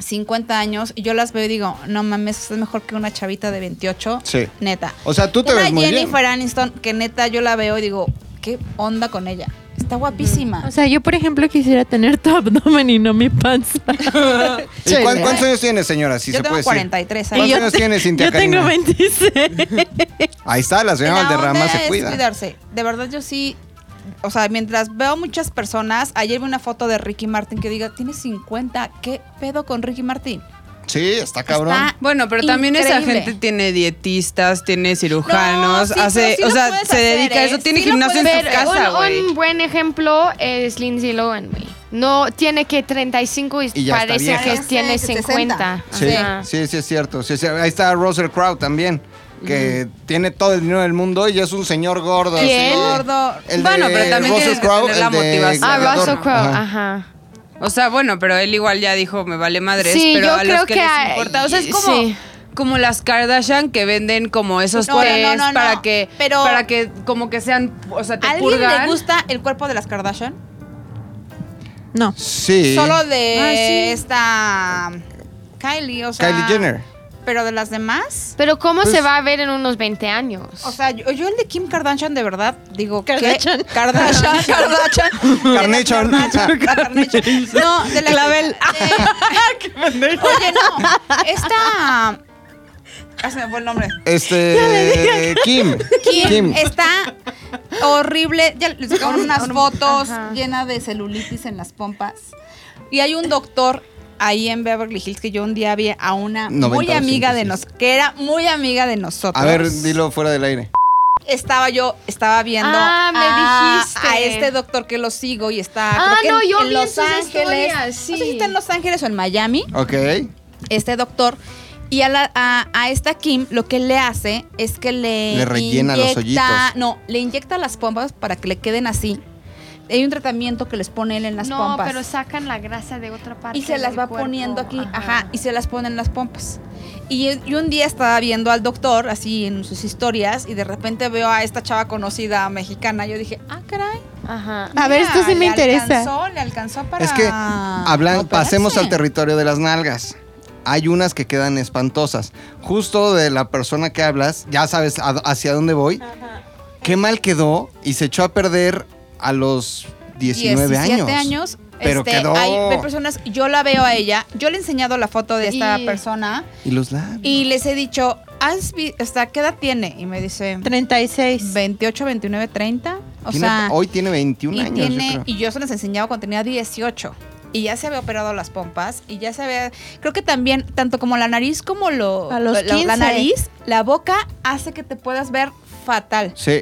B: 50 años, y yo las veo y digo, no mames, estás mejor que una chavita de 28.
E: Sí.
B: Neta.
E: O sea, tú te
B: Una
E: ves muy bien.
B: Jennifer Aniston, que neta yo la veo y digo, ¿qué onda con ella? Está guapísima.
G: O sea, yo por ejemplo quisiera tener tu abdomen y no mi panza.
E: ¿Y cuán- ¿Cuántos años tienes, señora? Si
B: yo
E: se
B: tengo
E: puede decir?
B: 43
E: ¿Cuántos
B: años.
E: años
G: te-
E: tienes, Cintia
G: Yo tengo
E: Karina?
G: 26.
E: Ahí está, la señora
B: La onda
E: Valderrama se
B: es
E: cuida.
B: cuidarse. De verdad, yo sí. O sea, mientras veo muchas personas, ayer vi una foto de Ricky Martin que diga, tiene 50, ¿qué pedo con Ricky Martin?
E: Sí, está cabrón.
B: Está-
C: Bueno, pero también esa
B: Increíble.
C: gente tiene dietistas, tiene cirujanos,
B: No, sí,
C: hace,
B: pero sí
C: o
B: lo
C: sea,
B: puedes
C: se
B: hacer,
C: dedica a
B: ¿eh?
C: eso, tiene
B: Sí lo
C: gimnasio en
B: puedes
C: su
B: hacer.
C: casa,
A: un,
C: güey.
A: un buen ejemplo es Lindsay Lohan, güey. No, tiene que 35 y,
E: Y ya está
A: parece
E: vieja.
A: que
B: Parece
A: tiene
B: 60.
A: 50.
E: Sí,
A: Ajá.
E: sí, sí es cierto. Sí, sí. Ahí está Russell Crowe también, que tiene todo el dinero del mundo y es un señor gordo. así
A: ¿Quién?
E: de-
B: Gordo.
E: El
C: Bueno,
E: de
C: pero también
E: Russell
C: tienes que
E: Crowe,
C: tener la
E: el de
C: motivación.
A: Ah,
E: Gladiador.
A: Russell Crowe,
E: Ajá.
A: ajá.
C: O sea, bueno, pero él igual ya dijo, me vale madres,
A: Sí,
C: pero
A: yo
C: a los
A: creo
C: que,
A: que
C: les
A: hay-
C: importa. O sea, es como,
A: sí.
C: como las Kardashian que venden como esos
B: No, no,
C: test
B: no, no,
C: para
B: no,
C: que
B: pero-
C: para que como que sean, o sea, te
B: ¿A alguien
C: purgan.
B: le gusta el cuerpo de las Kardashian?
A: ah.
G: No.
E: Sí.
B: Solo de
C: Ah, sí.
B: esta Kylie, o sea.
E: Kylie Jenner.
B: Pero de las demás.
A: Pero ¿cómo
E: Pues-
A: se va a ver en unos 20 años?
B: O sea, yo, yo el de Kim Kardashian, de verdad, digo, ¿qué?
G: Kardashian.
B: Kardashian, Kardashian.
E: Carnation.
B: La Carnation. No, de la Clavel. Oye, no. Esta. Ah, se me fue el nombre.
E: Este. Kim.
B: Kim, está horrible. Ya le sacaron unas fotos
A: ajá.
B: llena de celulitis en las pompas. Y hay un doctor ahí en Beverly Hills que yo un día vi a una
E: 90
B: muy
E: o
B: amiga de
E: 106.
B: nos, que era muy amiga de nosotros.
E: A ver, dilo fuera del aire.
B: Estaba yo, estaba viendo
A: Ah, me
B: a,
A: dijiste.
B: a este doctor que lo sigo y está
A: Ah,
B: creo que
A: no,
B: en,
A: yo
B: en
A: vi en
B: Los
A: sus
B: Ángeles.
A: historias, sí.
B: No sé si está en Los Ángeles o en Miami
E: Ok.
B: este doctor. Y a, la- a- a esta Kim lo que le hace es que le.
E: Le rellena los hoyitos.
B: No, le inyecta las pompas para que le queden así. Hay un tratamiento que les pone él en las
A: no,
B: pompas.
A: pero sacan la grasa de otra parte.
B: y se las
A: del
B: va
A: cuerpo.
B: poniendo aquí, ajá. y se las pone en las pompas. Y, y un día estaba viendo al doctor, así en sus historias, y de repente veo a esta chava conocida mexicana. Yo dije, ah, caray.
A: Ajá.
G: A ver, esto sí me
B: le
G: interesa.
B: Alcanzó, le alcanzó para.
E: Es que hablan,
B: operarse.
E: pasemos al territorio de las nalgas. Hay unas que quedan espantosas. Justo de la persona que hablas, ya sabes a- hacia dónde voy. Qué mal quedó y se echó a perder a los 19
B: 17
E: años.
B: años.
E: Pero
B: este,
E: quedó.
B: Hay, hay personas, yo la veo a ella, yo le he enseñado la foto de esta
A: Y-
B: persona
E: Y los labios.
B: y les he dicho, ¿Has vi- o sea, ¿qué edad tiene? Y me dice,
D: 36.
B: 28, 29, 30. O
E: Tiene-
B: sea,
E: hoy tiene 21
B: y,
E: años. yo
B: tiene-
E: creo.
B: y yo se las enseñaba cuando tenía 18. Y ya se había operado las pompas y ya se había... Creo que también, tanto como la nariz como lo,
G: A los
B: la- la
G: 15.
B: nariz, la boca hace que te puedas ver fatal.
E: Sí.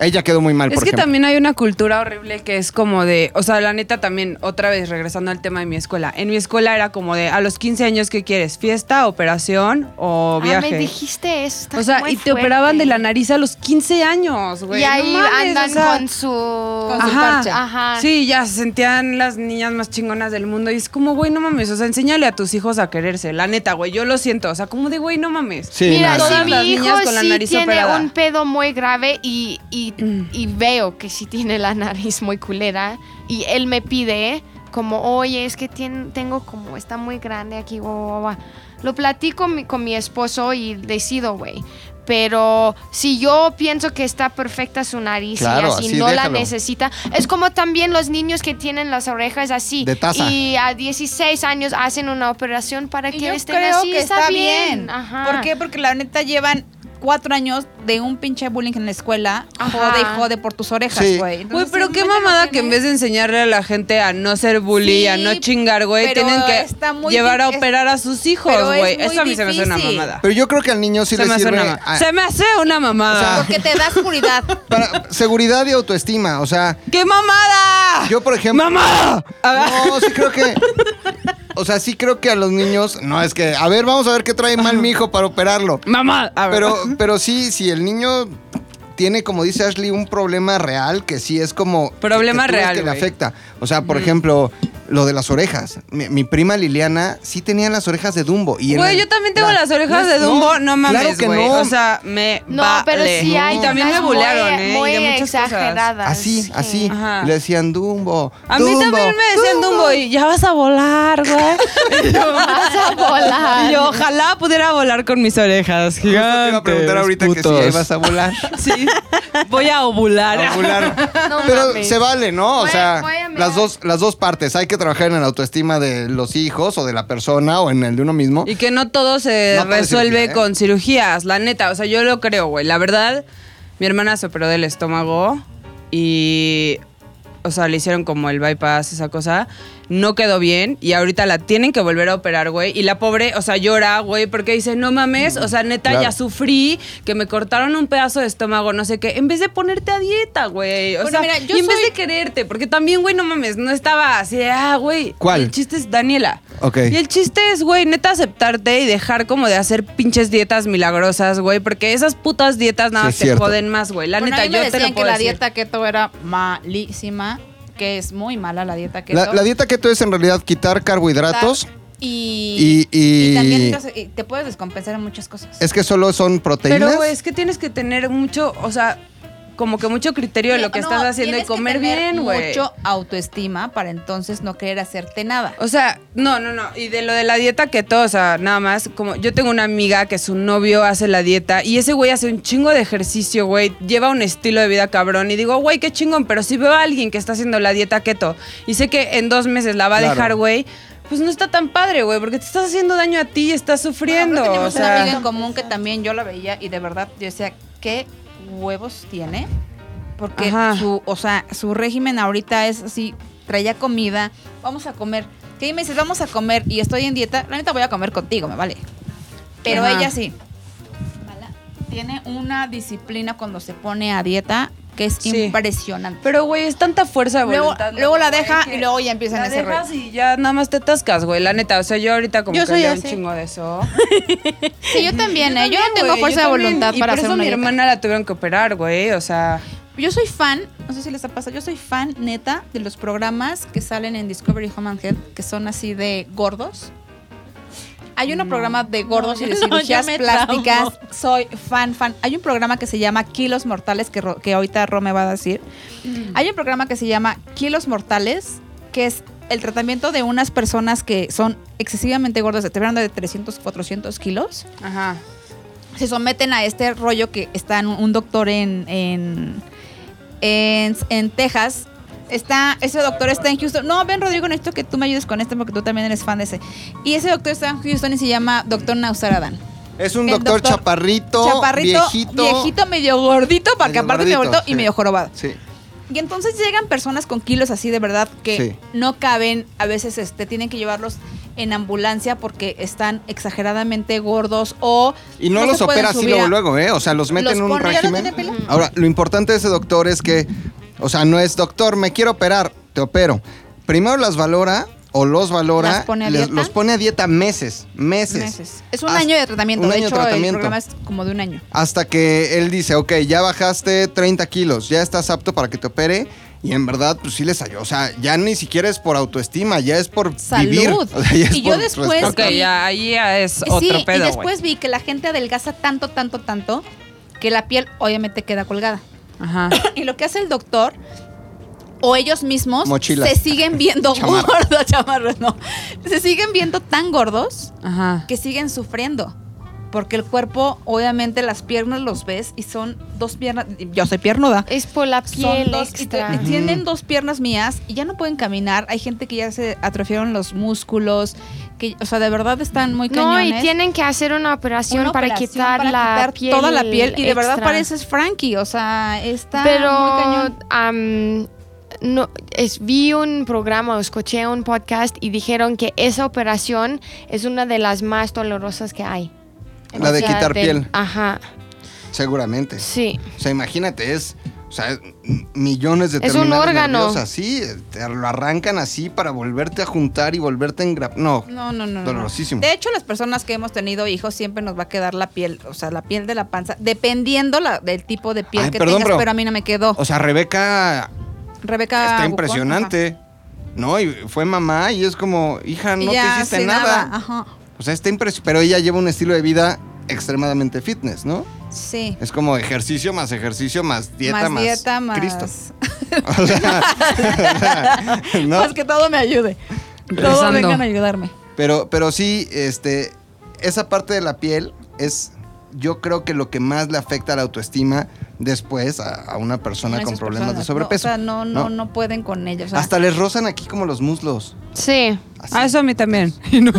E: Ella quedó muy mal.
C: Es
E: por
C: que
E: ejemplo.
C: también hay una cultura horrible que es como de, o sea, la neta también, otra vez regresando al tema de mi escuela, en mi escuela era como de, a los 15 años, ¿qué quieres? ¿Fiesta, operación o
A: Ah,
C: viaje?
A: me dijiste eso. está
C: o sea,
A: muy
C: y te
A: fuerte.
C: operaban de la nariz a los 15 años, güey.
A: Y
C: no
A: ahí
C: mames,
A: andan
C: o sea,
A: con su.
B: con su
C: Ajá.
B: parche.
A: Ajá.
C: Sí, ya se sentían las niñas más chingonas del mundo. Y es como, güey, no mames. O sea, enséñale a tus hijos a quererse. La neta, güey, yo lo siento. O sea, como de, güey, no mames.
E: Sí,
A: Mira,
E: nada.
A: si
C: Todas
A: mi
C: las
A: hijo
C: niñas con la
A: sí
C: nariz
A: tiene
C: operada.
A: un pedo muy grave y, y- y veo que sí tiene la nariz muy culera y él me pide como, oye, es que tien- tengo como, está muy grande aquí, guau, guau, guau". Lo platico mi- con mi esposo y decido, güey. Pero si yo pienso que está perfecta su nariz
E: Claro,
A: y
E: así
A: así no la
E: déjalo.
A: necesita, es como también los niños que tienen las orejas así
E: De taza.
A: y a 16 años hacen una operación para
B: Y
A: que
B: yo
A: estén
B: creo
A: así.
B: que está, bien.
A: Ajá.
B: ¿Por qué? Porque la neta llevan cuatro años de un pinche bullying en la escuela.
A: Ajá.
B: Jode y jode por tus orejas,
E: Sí.
B: güey.
C: Güey,
B: Entonces,
C: pero
B: si
C: qué
B: no te lo
C: mamada que en
B: tienes-
C: vez de enseñarle a la gente a no ser bully,
B: Sí,
C: a no chingar, güey,
B: pero
C: tienen que
B: está muy
C: llevar a
B: dif- es-
C: operar a sus hijos,
B: pero es
C: güey.
B: muy
C: Eso a mí se me hace una
B: difícil.
C: mamada.
E: Pero yo creo que al niño sí
C: se,
E: le
C: me hace
E: sirve.
C: una ma-
E: a-
C: se me hace una mamada.
E: O
B: Porque te da seguridad.
E: para seguridad y autoestima. O sea,
C: ¡Qué mamada!
E: yo, por ejemplo.
C: ¡Mamada!
E: No, sí creo que. O sea, sí creo que a los niños. No, es que. A ver, vamos a ver qué trae mal mi hijo para operarlo.
C: ¡Mamada! A ver.
E: Pero, pero sí, si el niño tiene, como dice Ashley, un problema real que sí es como.
C: Problema
E: que tú ves
C: real,
E: Que le
C: güey. Mm.
E: afecta. O sea, por ejemplo, lo de las orejas. Mi, mi prima Liliana sí tenía las orejas de Dumbo. Y en
C: Güey,
E: el-
C: yo también tengo
E: la-
C: las orejas de
E: no,
C: Dumbo, no mames,
E: claro que
C: güey.
E: no.
C: O sea, me
A: No,
C: vale.
A: pero sí hay
C: Y también me
A: unas
C: bulearon,
A: muy,
C: ¿eh?
A: muy
C: y de muchas cosas.
A: exageradas.
E: Así,
A: sí.
E: así.
C: Ajá.
E: Le decían Dumbo.
C: A mí
E: Dumbo,
C: también me decían Dumbo. y ya vas a volar, güey. Y yo,
A: Vas a volar.
C: Y yo, ojalá pudiera volar con mis orejas
E: Justo
C: gigantes.
E: te iba a preguntar ahorita que si
C: putos.
E: ibas a volar.
C: Sí, voy a ovular.
E: a volar.
A: No
E: Pero
A: mames.
E: se vale, ¿no? O
A: Voy-
E: sea,
A: voy a mirar.
E: las dos, las dos partes. Hay que trabajar en la autoestima de los hijos o de la persona o en el de uno mismo.
C: Y que no todo se
E: No todo es
C: resuelve
E: cirugía, ¿eh?
C: con cirugías, la neta. O sea, yo lo creo, güey. La verdad, mi hermana se operó del estómago y. O sea, le hicieron como el bypass, esa cosa. No quedó bien y ahorita la tienen que volver a operar, güey. Y la pobre, o sea, llora, güey, porque dice, no mames, o sea, neta,
E: Claro.
C: ya sufrí, que me cortaron un pedazo de estómago, no sé qué, en vez de ponerte a dieta, güey. O
B: Bueno,
C: sea,
B: mira, yo
C: y en vez
B: soy-
C: de quererte, porque también, güey, no mames, no estaba así, de, ah, güey.
E: ¿Cuál?
C: El chiste es Daniela.
E: Ok.
C: Y el chiste es, güey, neta aceptarte y dejar como de hacer pinches dietas milagrosas, güey, porque esas putas dietas nada
E: Sí,
C: más
E: es
C: te
E: cierto.
C: joden más, güey. La
B: Bueno, a
C: neta,
B: mí me
C: yo te
B: decían
C: lo
B: que
C: puedo
B: la
C: decir.
B: dieta keto era malísima, que es muy mala la dieta keto.
E: La, la dieta keto es en realidad quitar carbohidratos.
B: y,
E: y- y-
B: y también entonces, y te puedes descompensar en muchas cosas.
E: Es que solo son proteínas.
C: Pero, güey, es que tienes que tener mucho, o sea, como que mucho criterio de lo que
B: No,
C: estás haciendo y
B: tienes que
C: comer
B: tener
C: bien, güey.
B: Mucho autoestima para entonces no querer hacerte nada.
C: O sea, no, no, no. Y de lo de la dieta keto, o sea, nada más, como yo tengo una amiga que su novio hace la dieta y ese güey hace un chingo de ejercicio, güey, lleva un estilo de vida cabrón y digo, güey, qué chingón, pero si veo a alguien que está haciendo la dieta keto y sé que en dos meses la va a
E: Claro.
C: dejar, güey, pues no está tan padre, güey, porque te estás haciendo daño a ti y estás sufriendo.
B: Bueno,
C: o
B: tenemos una amiga en
C: sea,
B: común que también yo la veía y de verdad yo decía, ¿qué huevos tiene? Porque
C: Ajá.
B: su, o sea, su régimen ahorita es así, traía comida, vamos a comer. Si me dices, vamos a comer y estoy en dieta, la neta voy a comer contigo, me vale. Pero
C: Ajá.
B: ella sí. Mala. Tiene una disciplina cuando se pone a dieta que es
C: Sí.
B: impresionante.
C: pero, güey, es tanta fuerza de
B: Luego,
C: voluntad, ¿no,
B: luego la
C: güey,
B: deja
C: que
B: y luego ya empiezan
C: La
B: ese rollo.
C: dejas y ya nada más te atascas, güey, la neta. O sea, yo ahorita como
D: Yo
C: que
D: soy
C: leo un
D: así.
C: chingo de eso.
B: Sí, yo también, ¿eh? Yo no tengo
C: güey,
B: fuerza
C: yo
B: de
C: también.
B: voluntad
C: Y
B: para
C: por
B: hacer
C: eso
B: una
C: mi
B: dieta.
C: hermana la tuvieron que operar, güey. O sea,
B: Yo soy fan, no sé si les ha pasado, yo soy fan neta de los programas que salen en Discovery Home and Health, que son así de gordos. Hay un programa de gordos y de
G: No, ya
B: cirugías
G: me
B: plásticas. Soy fan, fan. Hay un programa que se llama Kilos Mortales, que, Ro- que ahorita Ro me va a decir.
G: Mm.
B: Hay un programa que se llama Kilos Mortales, que es el tratamiento de unas personas que son excesivamente gordas, de de 300, 400 kilos
C: ajá.
B: se someten a este rollo que está en un doctor en, en, en, en Texas. Está, ese doctor está en Houston. No, ven Rodrigo, necesito que tú me ayudes con este porque tú también eres fan de ese. Y ese doctor está en Houston y se llama Doctor Nausaradan.
E: Es un
B: El
E: doctor,
B: doctor
E: chaparrito,
B: Chaparrito,
E: viejito.
B: medio gordito, porque
E: Medio
B: aparte medio
E: gordito,
B: gordito y
E: sí.
B: medio jorobado.
E: Sí.
B: Y entonces llegan personas con kilos así de verdad que
E: Sí.
B: no caben, a veces este, tienen que llevarlos en ambulancia porque están exageradamente gordos o...
E: Y no,
B: se
E: los
B: pueden
E: opera así
B: subir
E: luego,
B: a-
E: luego, ¿eh? O sea, los mete
B: Los
E: en un
B: pone- ¿Ya no
E: régimen.
B: tiene pila?
E: Ahora, lo importante de ese doctor es que, o sea, no es doctor, me quiero operar, te opero. Primero las valora o los valora,
B: ¿Las pone a
E: les-
B: dieta?
E: los pone a dieta meses, meses.
B: meses. Es un
E: Hasta-
B: año de tratamiento.
E: Ah, un
B: de
E: año de
B: hecho, el
E: tratamiento.
B: programa es como de un año.
E: Hasta que él dice, ok, ya bajaste 30 kilos, ya estás apto para que te opere. Y en verdad, pues sí les ayudó. O sea, ya ni siquiera es por autoestima, ya es por
B: Salud.
E: vivir. O sea, ya es
B: Pues, Y yo
E: por
B: después-
E: respeto.
B: Es
C: ok,
B: que-
C: ya, ahí ya es
B: Sí,
C: otro pedo,
B: y
C: güey.
B: después vi que la gente adelgaza tanto, tanto, tanto, que la piel obviamente queda colgada.
C: Ajá.
B: Y lo que hace el doctor, o ellos mismos
E: Mochilas.
B: se siguen viendo
E: Chamarra.
B: gordos, chamarras, no. Se siguen viendo tan gordos
C: Ajá.
B: que siguen sufriendo. Porque el cuerpo, obviamente, las piernas los ves y son dos piernas. Yo soy piernuda.
A: Es por la
B: Son
A: piel
B: dos, y te-
A: extra.
B: y tienen dos piernas mías y ya no pueden caminar. Hay gente que ya se atrofiaron los músculos, que, o sea, de verdad están muy
A: No,
B: cañones.
A: y tienen que hacer una operación,
B: Una
A: para
B: operación
A: quitar
B: para
A: la
B: quitar
A: piel.
B: toda la piel y de verdad
A: extra.
B: pareces Frankie, o sea, está
A: Pero
B: muy cañón.
A: am, no, es, vi un programa o escuché un podcast y dijeron que esa operación es una de las más dolorosas que hay.
E: La
A: O
E: de
A: sea,
E: quitar
A: del-
E: piel,
A: Ajá,
E: seguramente.
A: sí.
E: O sea, imagínate, es. O sea, es m- millones de
A: Es un
E: terminales
A: órgano.
E: nerviosas, sí, te lo arrancan así para volverte a juntar y volverte a engrapar. No,
B: No, no, no, no.
E: dolorosísimo.
B: De hecho, las personas que hemos tenido hijos siempre nos va a quedar la piel, o sea, la piel de la panza, dependiendo la- del tipo de piel
E: Ay,
B: que
E: perdón,
B: tengas,
E: pero-
B: pero, a mí no me quedó.
E: O sea, Rebeca
B: Rebeca
E: está
B: Bucón,
E: impresionante. No, y fue mamá y es como, hija,
B: ajá.
E: no
B: Y
E: te
B: ya
E: hiciste
B: sin
E: nada.
B: Ajá.
E: O sea, está impresionante. Pero ella lleva un estilo de vida extremadamente fitness, ¿no?
B: Sí.
E: Es como ejercicio más ejercicio más dieta más,
B: más dieta, más
E: Cristo. O sea, ¿no?
B: Más que todo me ayude. Todos
C: Rezando.
B: vengan a ayudarme.
E: Pero, pero sí, este, esa parte de la piel es, yo creo que lo que más le afecta a la autoestima después a, a una persona con
B: Esas
E: problemas de
B: personas,
E: sobrepeso.
B: No, o sea, no, no, no pueden con ellos. o sea,
E: Hasta les rozan aquí como los muslos.
A: Sí.
E: Así.
C: Ah, eso a mí también. Y no.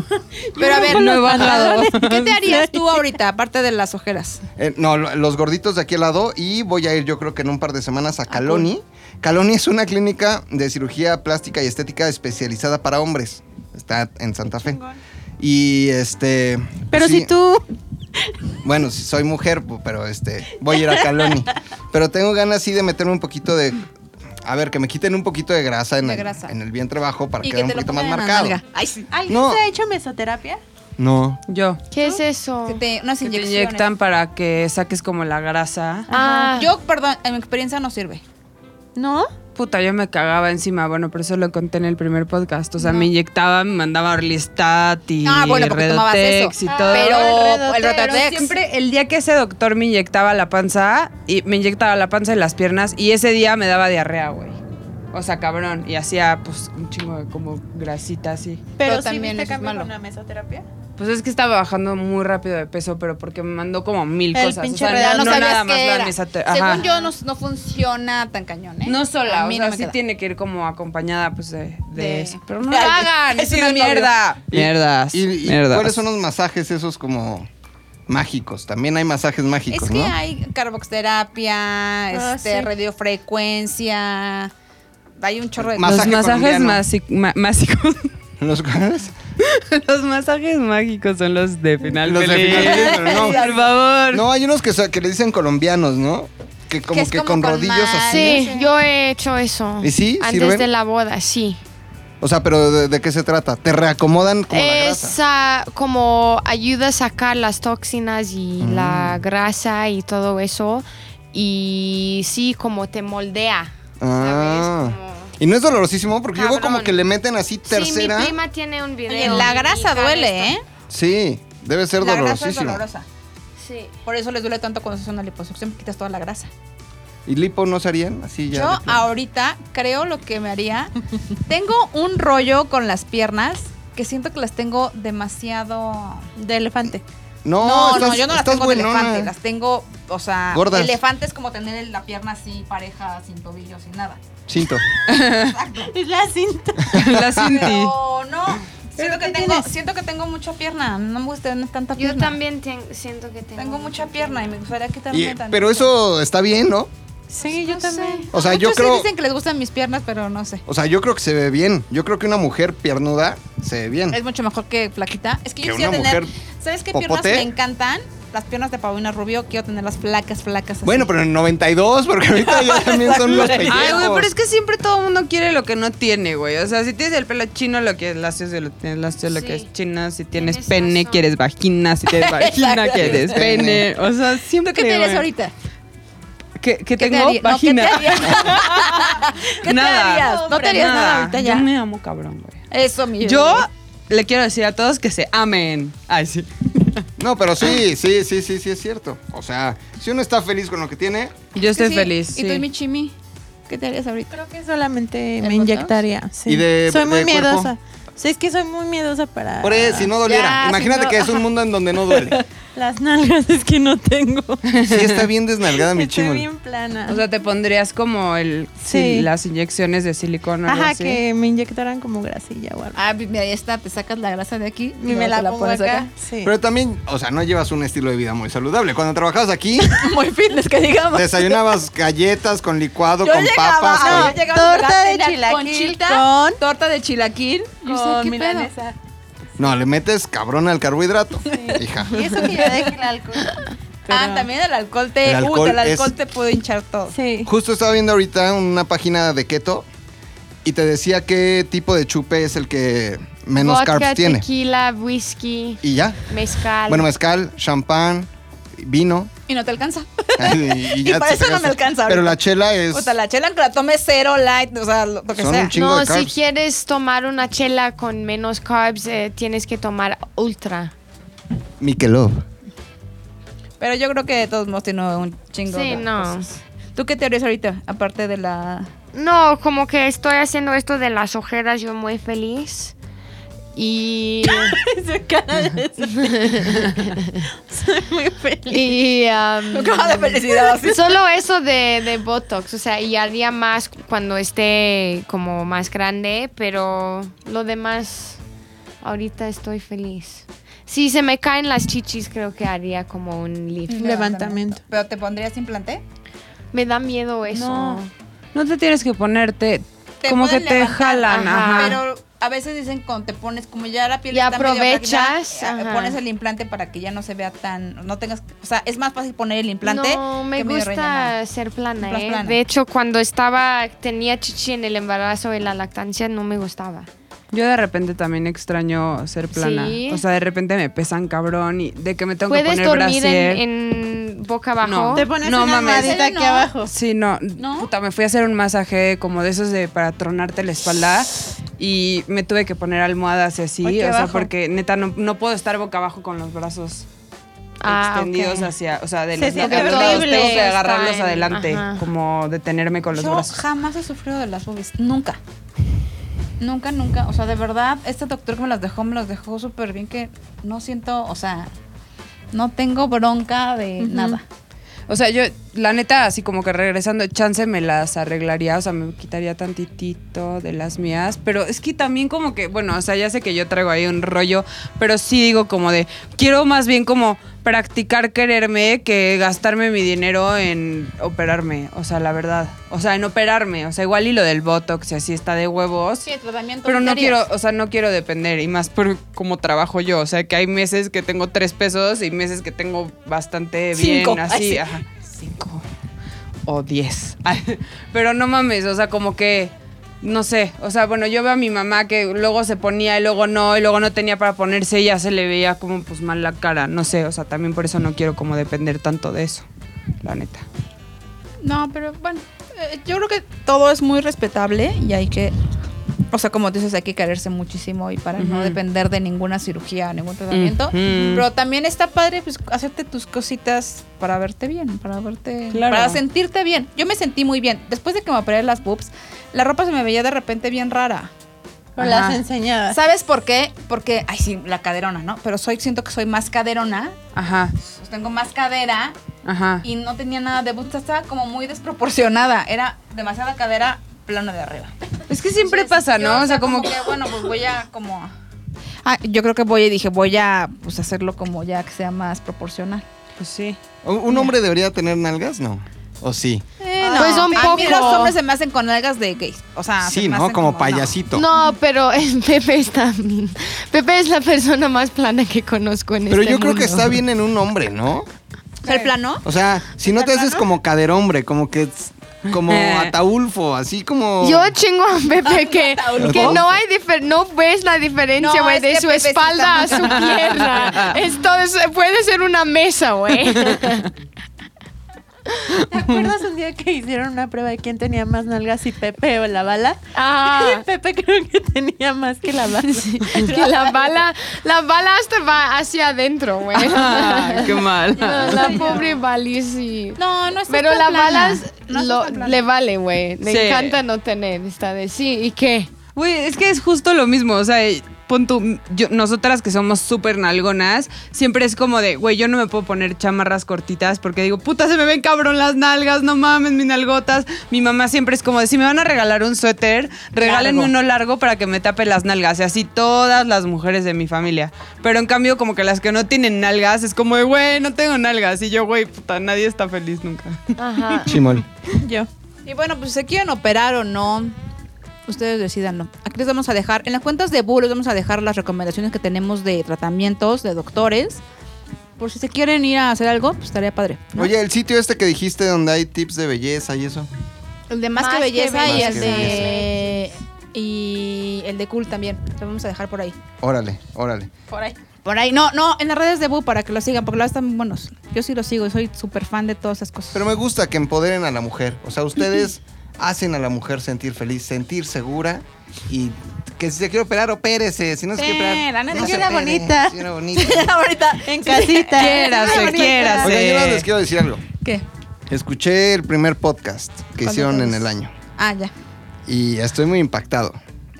B: pero a ver,
C: no he bajado.
B: ¿qué te harías tú ahorita, aparte de las ojeras?
E: Eh, no, lo- los gorditos de aquí al lado y voy a ir yo creo que en un par de semanas a Caloni. Caloni es una clínica de cirugía plástica y estética especializada para hombres. Está en Santa Fe. Y este...
D: Pero
E: sí,
D: si tú.
E: Bueno, si soy mujer, pu- pero este, voy a ir a Caloni. pero tengo ganas sí de meterme un poquito de... A ver, que me quiten un poquito de grasa en,
B: De
E: el,
B: grasa.
E: en el vientre bajo para
B: Y
E: quedar
B: que
E: un
B: te lo
E: poquito más
B: pongan en la
E: marcado.
B: nalga. Ay, sí.
D: ¿Alguien
E: No.
D: se ha hecho mesoterapia?
E: No.
C: Yo.
A: ¿Qué es eso?
B: Que te, unas
C: Que te
B: inyecciones.
C: inyectan para que saques como la grasa.
A: Ah,
B: Yo, perdón, en mi experiencia no sirve.
D: No.
C: Puta, yo me cagaba encima. Bueno, pero eso lo conté en el primer podcast. O sea, me inyectaban, me mandaba Orlistat y
B: Ah, bueno, porque tomabas
C: Redotex
B: eso.
C: y todo.
B: Pero
C: Ah,
B: el
C: Pero
B: Rotatex.
C: siempre el día que ese doctor me inyectaba la panza y me inyectaba la panza y las piernas y ese día me daba diarrea, güey. O sea, cabrón, y hacía pues un chingo de como grasita así.
D: Pero,
B: Pero
D: sí
B: también eso
D: viste
B: es
D: cambio
B: malo.
D: con la mesoterapia.
C: Pues es que estaba bajando muy rápido de peso, pero porque me mandó como mil
D: El
C: cosas.
D: pinche
C: o sea,
D: redotex.
B: Ya no,
C: no
B: sabías
C: nada más
B: qué
C: la
B: era.
C: mesa te- ajá.
B: Según yo, no, no funciona tan cañón, ¿eh?
C: No
B: A
C: sola, o
B: mí
C: sea,
B: no me
C: sí
B: queda.
C: tiene que ir como acompañada pues de, de
B: De-
C: eso. Pero no
B: de
C: lo
B: algo.
C: hagan, es
B: Es
C: una
B: un novio.
C: mierda.
E: Y- y- y ¿Cuáles son los masajes esos como mágicos? También hay masajes
B: Es
E: mágicos,
B: que
E: ¿no?
B: hay carboxterapia,
C: Ah,
B: este, radiofrecuencia, hay un chorro de
E: Más- Masaje
C: los masajes
E: colombiano.
C: masi- ma- mágicos.
E: ¿Los cuales?
C: los masajes mágicos son los de final.
E: Los de
C: feliz.
E: final feliz, pero no.
C: Por favor.
E: No, hay unos que, so- que le dicen colombianos, ¿no? Que como
B: Que
E: que,
B: es como
E: con
B: con
E: rodillos
B: mal-
E: así.
A: sí, yo he hecho eso.
E: ¿Y sí?
A: Antes
E: ¿Sirven?
A: de la boda, sí.
E: O sea, pero ¿de, de qué se trata? ¿Te reacomodan como la grasa?
A: es ah, como ayuda a sacar las toxinas y
E: Mm.
A: la grasa y todo eso. Y sí, como te moldea.
E: Ah.
A: ¿sabes? Como-
E: Y no es dolorosísimo porque luego como
A: Cabrón.
E: que le meten así
A: Sí,
E: tercera.
A: mi prima tiene un video.
B: Oye, la
A: Mi
B: grasa
A: hija de
B: duele, ¿eh?
A: esto.
E: Sí, debe ser
B: La grasa es
E: dolorosísimo.
B: dolorosa.
A: Sí.
B: Por eso les duele tanto cuando se hace una liposucción, porque quitas toda la grasa.
E: ¿Y lipo no se harían? Así ya. de
B: Yo
E: plano.
B: ahorita creo lo que me haría. tengo un rollo con las piernas que siento que las tengo demasiado.
D: De elefante.
E: No,
B: No,
E: Oh, estás,
B: no, yo no las
E: estás
B: tengo de
E: buenona.
B: elefante, las tengo, o sea,
E: Gordas.
B: elefante es como tener el- la pierna así pareja, sin tobillos, sin nada.
E: Cinto.
D: Es la cinta.
C: La Cinti.
B: Pero no, siento que
D: qué
B: tengo,
D: tienes?
B: siento que tengo mucha pierna, no me gusta tener tanta
A: Yo
B: pierna.
A: también ten- siento que tengo.
B: Tengo mucha pierna y me gustaría quitarme
E: Y-
B: tantito.
E: pero eso está bien, ¿no?
D: Sí, yo también.
E: O sea,
B: Muchos
E: yo
B: sí
E: creo.
B: dicen que les gustan mis piernas, pero no sé.
E: O sea, yo creo que se ve bien. Yo creo que una mujer piernuda se ve bien.
B: Es mucho mejor que flaquita. Es que,
E: Que
B: yo quisiera
E: una
B: tener,
E: mujer
B: ¿sabes qué
E: popote.
B: piernas me encantan? Las piernas de Paulina Rubio, quiero tenerlas flacas, flacas así.
E: Bueno, pero en 92, porque ahorita ya también son los pellejos.
C: Ay, güey, pero es que siempre todo el mundo quiere lo que no tiene, güey. O sea, si tienes el pelo chino, lo que es lacio, si lo tienes lacio, lo
A: Sí.
C: que es china. Si tienes
A: Tienes
C: pene,
A: razón.
C: quieres vagina. Si tienes vagina,
B: Exacto.
C: quieres pene. O sea,
B: ¿Tú
C: siempre
B: qué tienes
C: güey.
B: ahorita?
C: ¿Qué, qué
B: ¿Qué te haría-
C: tengo?
B: no, ¿qué te
C: vagina.
B: harías? ¿Qué te harías? No te
C: Hombre,
B: harías nada ahorita ya.
C: Yo me amo, cabrón, güey.
B: Eso, mi
C: Yo le quiero decir a todos que se amen. Ay, sí.
E: No, pero sí, sí, sí, sí, sí es cierto. O sea, si uno está feliz con lo que tiene,
C: Yo estoy
B: Sí,
C: feliz.
B: Y tú
C: sí.
B: y mi chimi. ¿Qué te harías ahorita?
D: Creo que solamente
B: ¿El
D: me
B: botox?
D: inyectaría. sí.
E: ¿Y de-
D: soy muy
E: de cuerpo?
D: miedosa. O sea, es que soy muy miedosa para
E: Por eso, si no doliera.
A: Ya,
E: Imagínate
A: si no-
E: que es un mundo en donde no duele.
D: las nalgas, es que no tengo.
E: Sí, está bien desnalgada mi
D: Estoy
E: chimol.
D: bien plana.
C: O sea, te pondrías como el
D: Sí.
C: si- las inyecciones de silicona. o algo
D: Ajá,
C: así?
D: que me inyectaran como grasilla o algo.
B: Ah, mira, ahí está, te sacas la grasa de aquí
D: Y me la, pongo
B: pones
D: acá. Sí.
E: Pero también, o sea, no llevas un estilo de vida muy saludable. Cuando trabajabas aquí,
B: Muy fitness que digamos.
E: desayunabas galletas con licuado,
B: Yo
E: con
B: llegaba,
E: papas.
B: no,
E: con-
B: yo llegaba a
D: Torta de
B: la cena
D: chilaquil
B: Con
D: con-
B: torta de chilaquil
D: Yo sé, ¿qué
B: con
D: pedo?
B: milanesa.
E: No, le metes cabrón al carbohidrato, hija.
D: Y eso que yo dejé el alcohol.
B: Ah,
D: Pero-
B: también el alcohol te...
E: El
B: El alcohol,
E: alcohol
B: el alcohol
E: es-
B: te puede hinchar todo.
D: Sí.
E: Justo estaba viendo ahorita una página de keto y te decía qué tipo de chupe es el que menos
A: Vodka,
E: carbs tiene.
A: tequila, whisky,
E: Y ya.
A: mezcal.
E: Bueno, mezcal, champán, vino.
B: Y no te alcanza.
E: y,
B: Y para
E: te
B: eso no
E: gastas.
B: me alcanza
E: Pero
B: ahorita.
E: la chela es.
B: O sea, la chela que la tome cero light, o sea, lo lo que
E: Son
B: sea.
E: un chingo
A: no,
E: de
A: si
E: carbs.
A: quieres tomar una chela con menos carbs, eh, tienes que tomar ultra.
E: Michelob.
B: Pero yo creo que de todos modos tiene un chingo
A: Sí,
B: de
A: no.
B: cosas. ¿Tú qué teorías ahorita? Aparte de la...
A: No, como que estoy haciendo esto de las ojeras, yo muy feliz. Y,
D: Soy muy feliz.
A: y um,
B: Cara de felicidad así.
A: solo eso de, de Botox, o sea, y haría más cuando esté como más grande, pero lo demás, ahorita estoy feliz. Si se me caen las chichis, creo que haría como un lift.
D: Levantamiento.
B: ¿Pero te pondrías implante?
A: Me da miedo eso.
C: No. No te tienes que ponerte.
B: Te
C: como que
B: pueden
C: te
B: levantar,
C: jalan,
A: ajá,
C: ajá.
B: Pero a veces dicen cuando te pones, como ya la piel
A: Y
B: está medio
A: aprovechas,
B: frágil, ya,
A: ajá.
B: pones el implante para que ya no se vea tan, no tengas, o sea, es más fácil poner el implante.
A: No, me
B: que medio rellenado.
A: gusta ser plana,
B: Más
A: ¿eh?
B: plana.
A: De hecho, cuando estaba, tenía chichi en el embarazo y la lactancia, no me gustaba.
C: Yo de repente también extraño ser plana.
A: Sí.
C: O sea, de repente me pesan cabrón y de que me tengo que
A: ¿Puedes
C: poner
A: dormir
C: brasier.
A: en, en boca abajo?
C: No.
D: Te pones
C: No,
D: una
C: mames.
D: almohadita aquí
B: No.
D: abajo.
C: Sí, no.
B: ¿No?
C: Puta, me fui a hacer un masaje como de esos de para tronarte la espalda y me tuve que poner almohadas y así.
B: Ay, qué
C: o sea,
B: bajo.
C: porque neta no, no puedo estar boca abajo con los brazos
A: Ah,
C: extendidos
A: ok.
C: hacia. O sea, de
D: Se
C: los
D: siente
C: lados. Tengo
D: horrible.
C: que agarrarlos
A: Está en-
C: adelante,
A: ajá.
C: como detenerme con los
B: Yo
C: brazos.
B: jamás he sufrido de las boobies, nunca. Nunca, nunca. O sea, de verdad, este doctor que me las dejó, me las dejó súper bien que no siento, o sea, no tengo bronca de nada.
C: O sea, yo, la neta, así como que regresando, chance me las arreglaría, o sea, me quitaría tantitito de las mías, pero es que también como que, bueno, o sea, ya sé que yo traigo ahí un rollo, pero sí digo como de, quiero más bien como practicar quererme que gastarme mi dinero en operarme, o sea, la verdad, o sea, en operarme, o sea, igual y lo del Botox, y así está de huevos.
B: el tratamiento.
C: Pero
B: ¿qué
C: no
B: harías?
C: quiero, o sea, no quiero depender y más por cómo trabajo yo. O sea, que hay meses que tengo tres pesos y meses que tengo bastante bien,
B: Cinco.
C: así.
B: Ay, sí.
C: Ajá. Cinco o diez. Ay, Pero no mames, o sea, como que. No sé, o sea, bueno, yo veo a mi mamá que luego se ponía y luego no, y luego no tenía para ponerse y ya se le veía como pues mal la cara, no sé, o sea, también por eso no quiero como depender tanto de eso, la neta.
B: No, pero bueno, eh, yo creo que todo es muy respetable y hay que, o sea, como dices, hay que quererse muchísimo y para no
C: Ujú.
B: depender de ninguna cirugía, ningún tratamiento.
C: Ujú.
B: Pero también está padre pues, hacerte tus cositas para verte bien, para verte,
C: Claro.
B: para sentirte bien. Yo me sentí muy bien. Después de que me operé las boobs, la ropa se me veía de repente bien rara.
D: Con
C: Ajá.
D: las
C: Ah.
D: enseñadas.
B: ¿Sabes por qué? Porque, ay sí, la caderona, ¿no? Pero soy, siento que soy más caderona,
C: Ajá,
B: pues, tengo más cadera
C: ajá.
B: y no tenía nada de busta, estaba como muy desproporcionada, era demasiada cadera plana de arriba.
C: Es que siempre
B: Entonces,
C: pasa,
B: yo,
C: ¿no? O sea, como que...
B: bueno, pues voy a como a- Ah, yo creo que voy y dije, voy a pues hacerlo como ya que sea más proporcional.
C: Pues sí.
E: ¿Un un hombre debería tener nalgas? No. ¿O sí?
B: Ah,
A: no. Pues un
B: Eh, A mí
A: poco.
B: los hombres se me hacen con algas de gays. O sea, Ah, se
E: sí,
B: me
E: ¿no?
B: hacen
E: Como
B: payasito
E: payasito.
A: No, pero eh, Pepe está. Pepe es la persona más plana que conozco en
E: Pero
A: este
E: yo creo que
A: mundo.
E: está bien en un hombre, ¿no?
B: ¿El plano?
E: O sea, si no te haces como caderombre, como que como ataulfo, así como
A: Yo chingo a Pepe que, que no hay difer- no ves la diferencia,
B: No,
A: güey,
B: es
A: de
B: que
A: su
B: Pepe sí
A: espalda a
B: está
A: su
B: más-
A: pierna. Esto es- puede ser una mesa, güey.
D: ¿Te acuerdas un día que hicieron una prueba de quién tenía más nalgas, si Pepe o la bala?
A: Ah.
D: Pepe creo que tenía más que la bala.
A: Sí, que la bala, la bala hasta va hacia adentro, güey.
C: Ah, qué mal.
A: No, la pobre Bali sí.
B: No, no es
A: Pero la bala es-
D: No está
A: lo-
D: tan plana.
A: le vale, güey. Le
C: Sí.
A: encanta no tener esta de sí. ¿Y qué?
C: Güey, es que es justo lo mismo, o sea, eh, pon tú, yo- nosotras que somos súper nalgonas, siempre es como de, güey, yo no me puedo poner chamarras cortitas porque digo, puta, se me ven cabrón las nalgas, no mames, mis nalgotas. Mi mamá siempre es como de, si me van a regalar un suéter, regálenme uno largo para que me tape las nalgas. Y así todas las mujeres de mi familia. Pero en cambio, como que las que no tienen nalgas, es como de, güey, no tengo nalgas. Y yo, güey, puta, nadie está feliz nunca.
A: Ajá.
E: Chimol.
D: Yo.
B: Y bueno, pues se quieren operar o no. Ustedes decidanlo. Aquí les vamos a dejar, en las cuentas de Boo les vamos a dejar las recomendaciones que tenemos de tratamientos, de doctores. Por si se quieren ir a hacer algo, pues estaría padre. ¿no?
E: Oye, el sitio este que dijiste donde hay tips de belleza y eso.
B: el de más,
A: Más
B: que
A: que
B: belleza y
E: Belleza.
B: el de. Y el de cool también. Lo vamos a dejar por ahí.
E: Órale, órale.
B: Por ahí. No, no, en las redes de Boo para que lo sigan, porque la verdad están buenos. Yo sí los sigo, soy súper fan de todas esas cosas.
E: Pero me gusta que empoderen a la mujer. O sea, ustedes hacen a la mujer sentir feliz, sentir segura y que si se quiere operar, opérese. Si no se
B: Sí,
E: quiere
B: la
E: operar,
B: neta,
E: no
B: sí
E: se
D: era
E: opere.
D: bonita.
E: Sí era bonita.
B: Ahorita.
D: En casita.
C: Quiérase,
D: Ay, bonita.
C: quiérase.
E: Oigan, yo nada más les quiero decir algo.
B: ¿Qué?
E: Escuché el primer podcast
B: ¿Cuál
E: que
B: de
E: hicieron en
B: todos?
E: el año
B: Ah, ya.
E: y estoy muy impactado.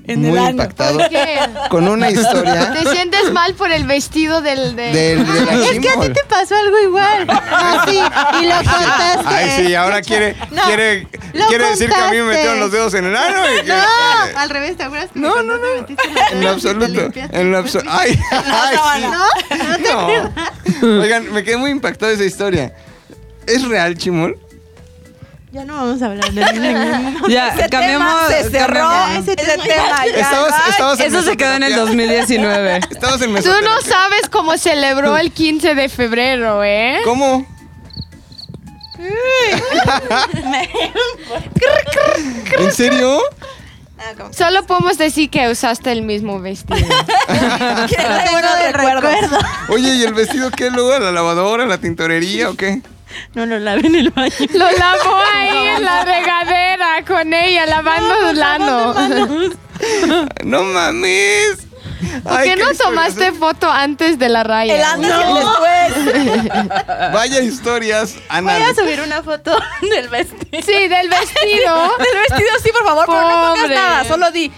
B: En
E: muy
B: el año.
E: impactado.
A: ¿Por qué?
E: Con una historia
A: ¿Te sientes mal por el vestido del de.?
E: del de la
D: Es que a ti
E: Kimball.
D: te pasó algo igual. Así. Y lo contaste.
E: Ay, sí, ahora quiere,
D: No,
E: quiere,
D: lo
E: quiere decir que a mí me
D: contaste.
E: metieron los dedos en el ano. y que-
D: No, al revés, ¿te acuerdas? que
E: No,
D: cuando
E: no,
D: te
E: no.
D: metiste los
E: En lo
D: dedos y te
E: absoluto.
D: limpiaste?
E: En lo absoluto. Ay, ay, sí. No. Oigan, me quedé muy impactado de esa historia. ¿Es real, Chimol?
D: Ya no vamos a hablar de eso.
C: Ya, cambiamos. cambiamos.
D: ese tema
B: ya.
E: Estabas, estabas en
C: Eso se quedó en el
E: mesoterapia.
C: 2019.
E: Estabas
A: Tú
E: en
A: no
E: mesoterapia.
A: sabes cómo celebró el 15 de febrero, ¿eh?
E: ¿Cómo? ¿En serio?
A: Solo podemos decir que usaste el mismo vestido.
D: Qué bueno del recuerdo.
E: Oye, ¿y el vestido qué luego? ¿A la lavadora, a la tintorería o qué?
D: No lo lavé en el baño.
A: Lo lavó ahí en la regadera con ella, lavando el lano.
E: No mames.
A: ¿Por qué no tomaste foto antes de la raya?
E: ¿eh? Vaya historias,
D: Voy a
E: anales.
D: subir una foto del vestido.
A: Sí, del vestido.
B: Del vestido sí, por favor, pero no pongas
A: Pobre.
B: nada, solo di.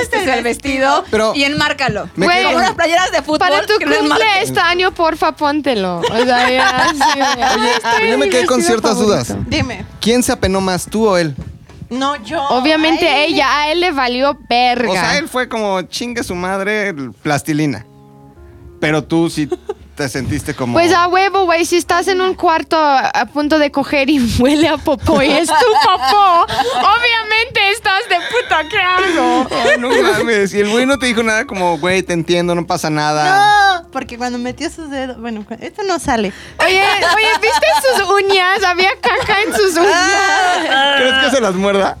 B: Este es el vestido
E: Pero-
B: y enmárcalo.
E: Me
A: Güey,
E: quedo
B: Como
E: con-
B: unas playeras de fútbol.
A: Para tu
B: que lo enmarquen.
A: cumple este año, porfa, póntelo. O sea, ya, sí, ya.
E: Pero pues yo me quedé con ciertas dudas.
D: Dime.
E: ¿Quién se apenó más, tú o él?
D: No, yo.
A: Obviamente
D: Ay.
A: ella, a él le valió verga.
E: O sea, él fue como chingue su madre plastilina. Pero tú sí te sentiste como.
A: Pues a huevo, güey, si estás en un cuarto a, a punto de coger y huele a popó y es tu popó, obviamente estás de puta, ¿qué hago?
E: Ay, no mames. Y el güey no te dijo nada como, güey, te entiendo, no pasa nada.
D: No, porque cuando metió sus dedos. Bueno, cu- esto no sale.
A: Oye, oye, ¿viste sus uñas? Había caca en sus uñas.
E: ¿Crees que se las muerda?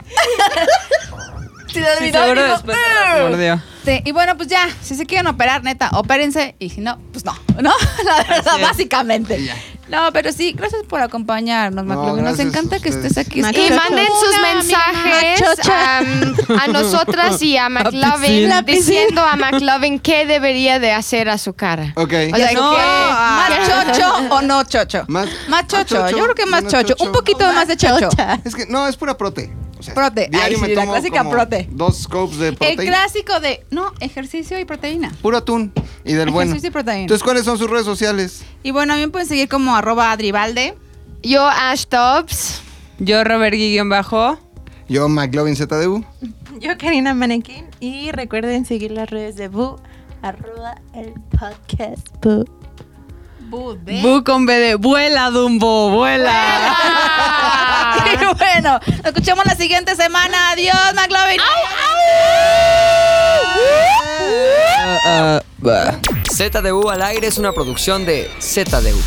B: Sí, lo
C: Sí,
B: olvidó,
C: seguro
B: dijo,
C: después
B: "Ugh".
C: te mordió.
B: Sí, y bueno, pues ya, si se quieren operar, neta, opérense. Y si no, pues no, ¿no? La verdad,
C: es.
B: básicamente. No, pero sí, gracias por acompañarnos,
E: No,
B: McLovin. Nos
E: gracias
B: encanta
E: a
B: que
E: ustedes.
B: estés aquí.
D: Mac-
B: Sí,
A: Y
D: Chocho.
A: manden sus
B: Una,
A: mensajes
B: mi mamá.
A: am, a nosotras y a McLovin
D: piscina.
A: diciendo a McLovin qué debería de hacer a su cara.
E: Ok.
A: O sea,
C: No,
A: ¿qué-
C: ah,
A: qué-
B: ¿Más chocho o no chocho?
E: Más-
B: más chocho.
E: chocho,
B: Yo creo que más
E: menos
B: chocho.
E: chocho.
B: Un poquito más de chocho.
E: Es que no, es pura prote. O sea,
B: Prote.
E: diario
B: Ay,
E: me
B: sí, la
E: tomo
B: clásica
E: como
B: prote.
E: Dos scopes de
B: El
E: proteína.
B: clásico de, no, ejercicio y proteína.
E: Puro atún y del bueno.
B: Ejercicio y proteína.
E: Entonces, ¿cuáles son sus redes sociales?
B: Y bueno, a mí me pueden seguir como arroba adribalde.
A: Yo, Ash Tops.
C: Yo, Robert Guillén Bajo.
E: Yo, McLovin ZDU.
D: Yo, Karina Manequín. Y recuerden seguir las redes de Boo. Arroba el podcast Boo.
C: Bu con B de vuela, Dumbo, vuela.
B: Y bueno, nos escuchamos la siguiente semana. Adiós, McLovin.
H: ZDU al aire es una producción de ZDU.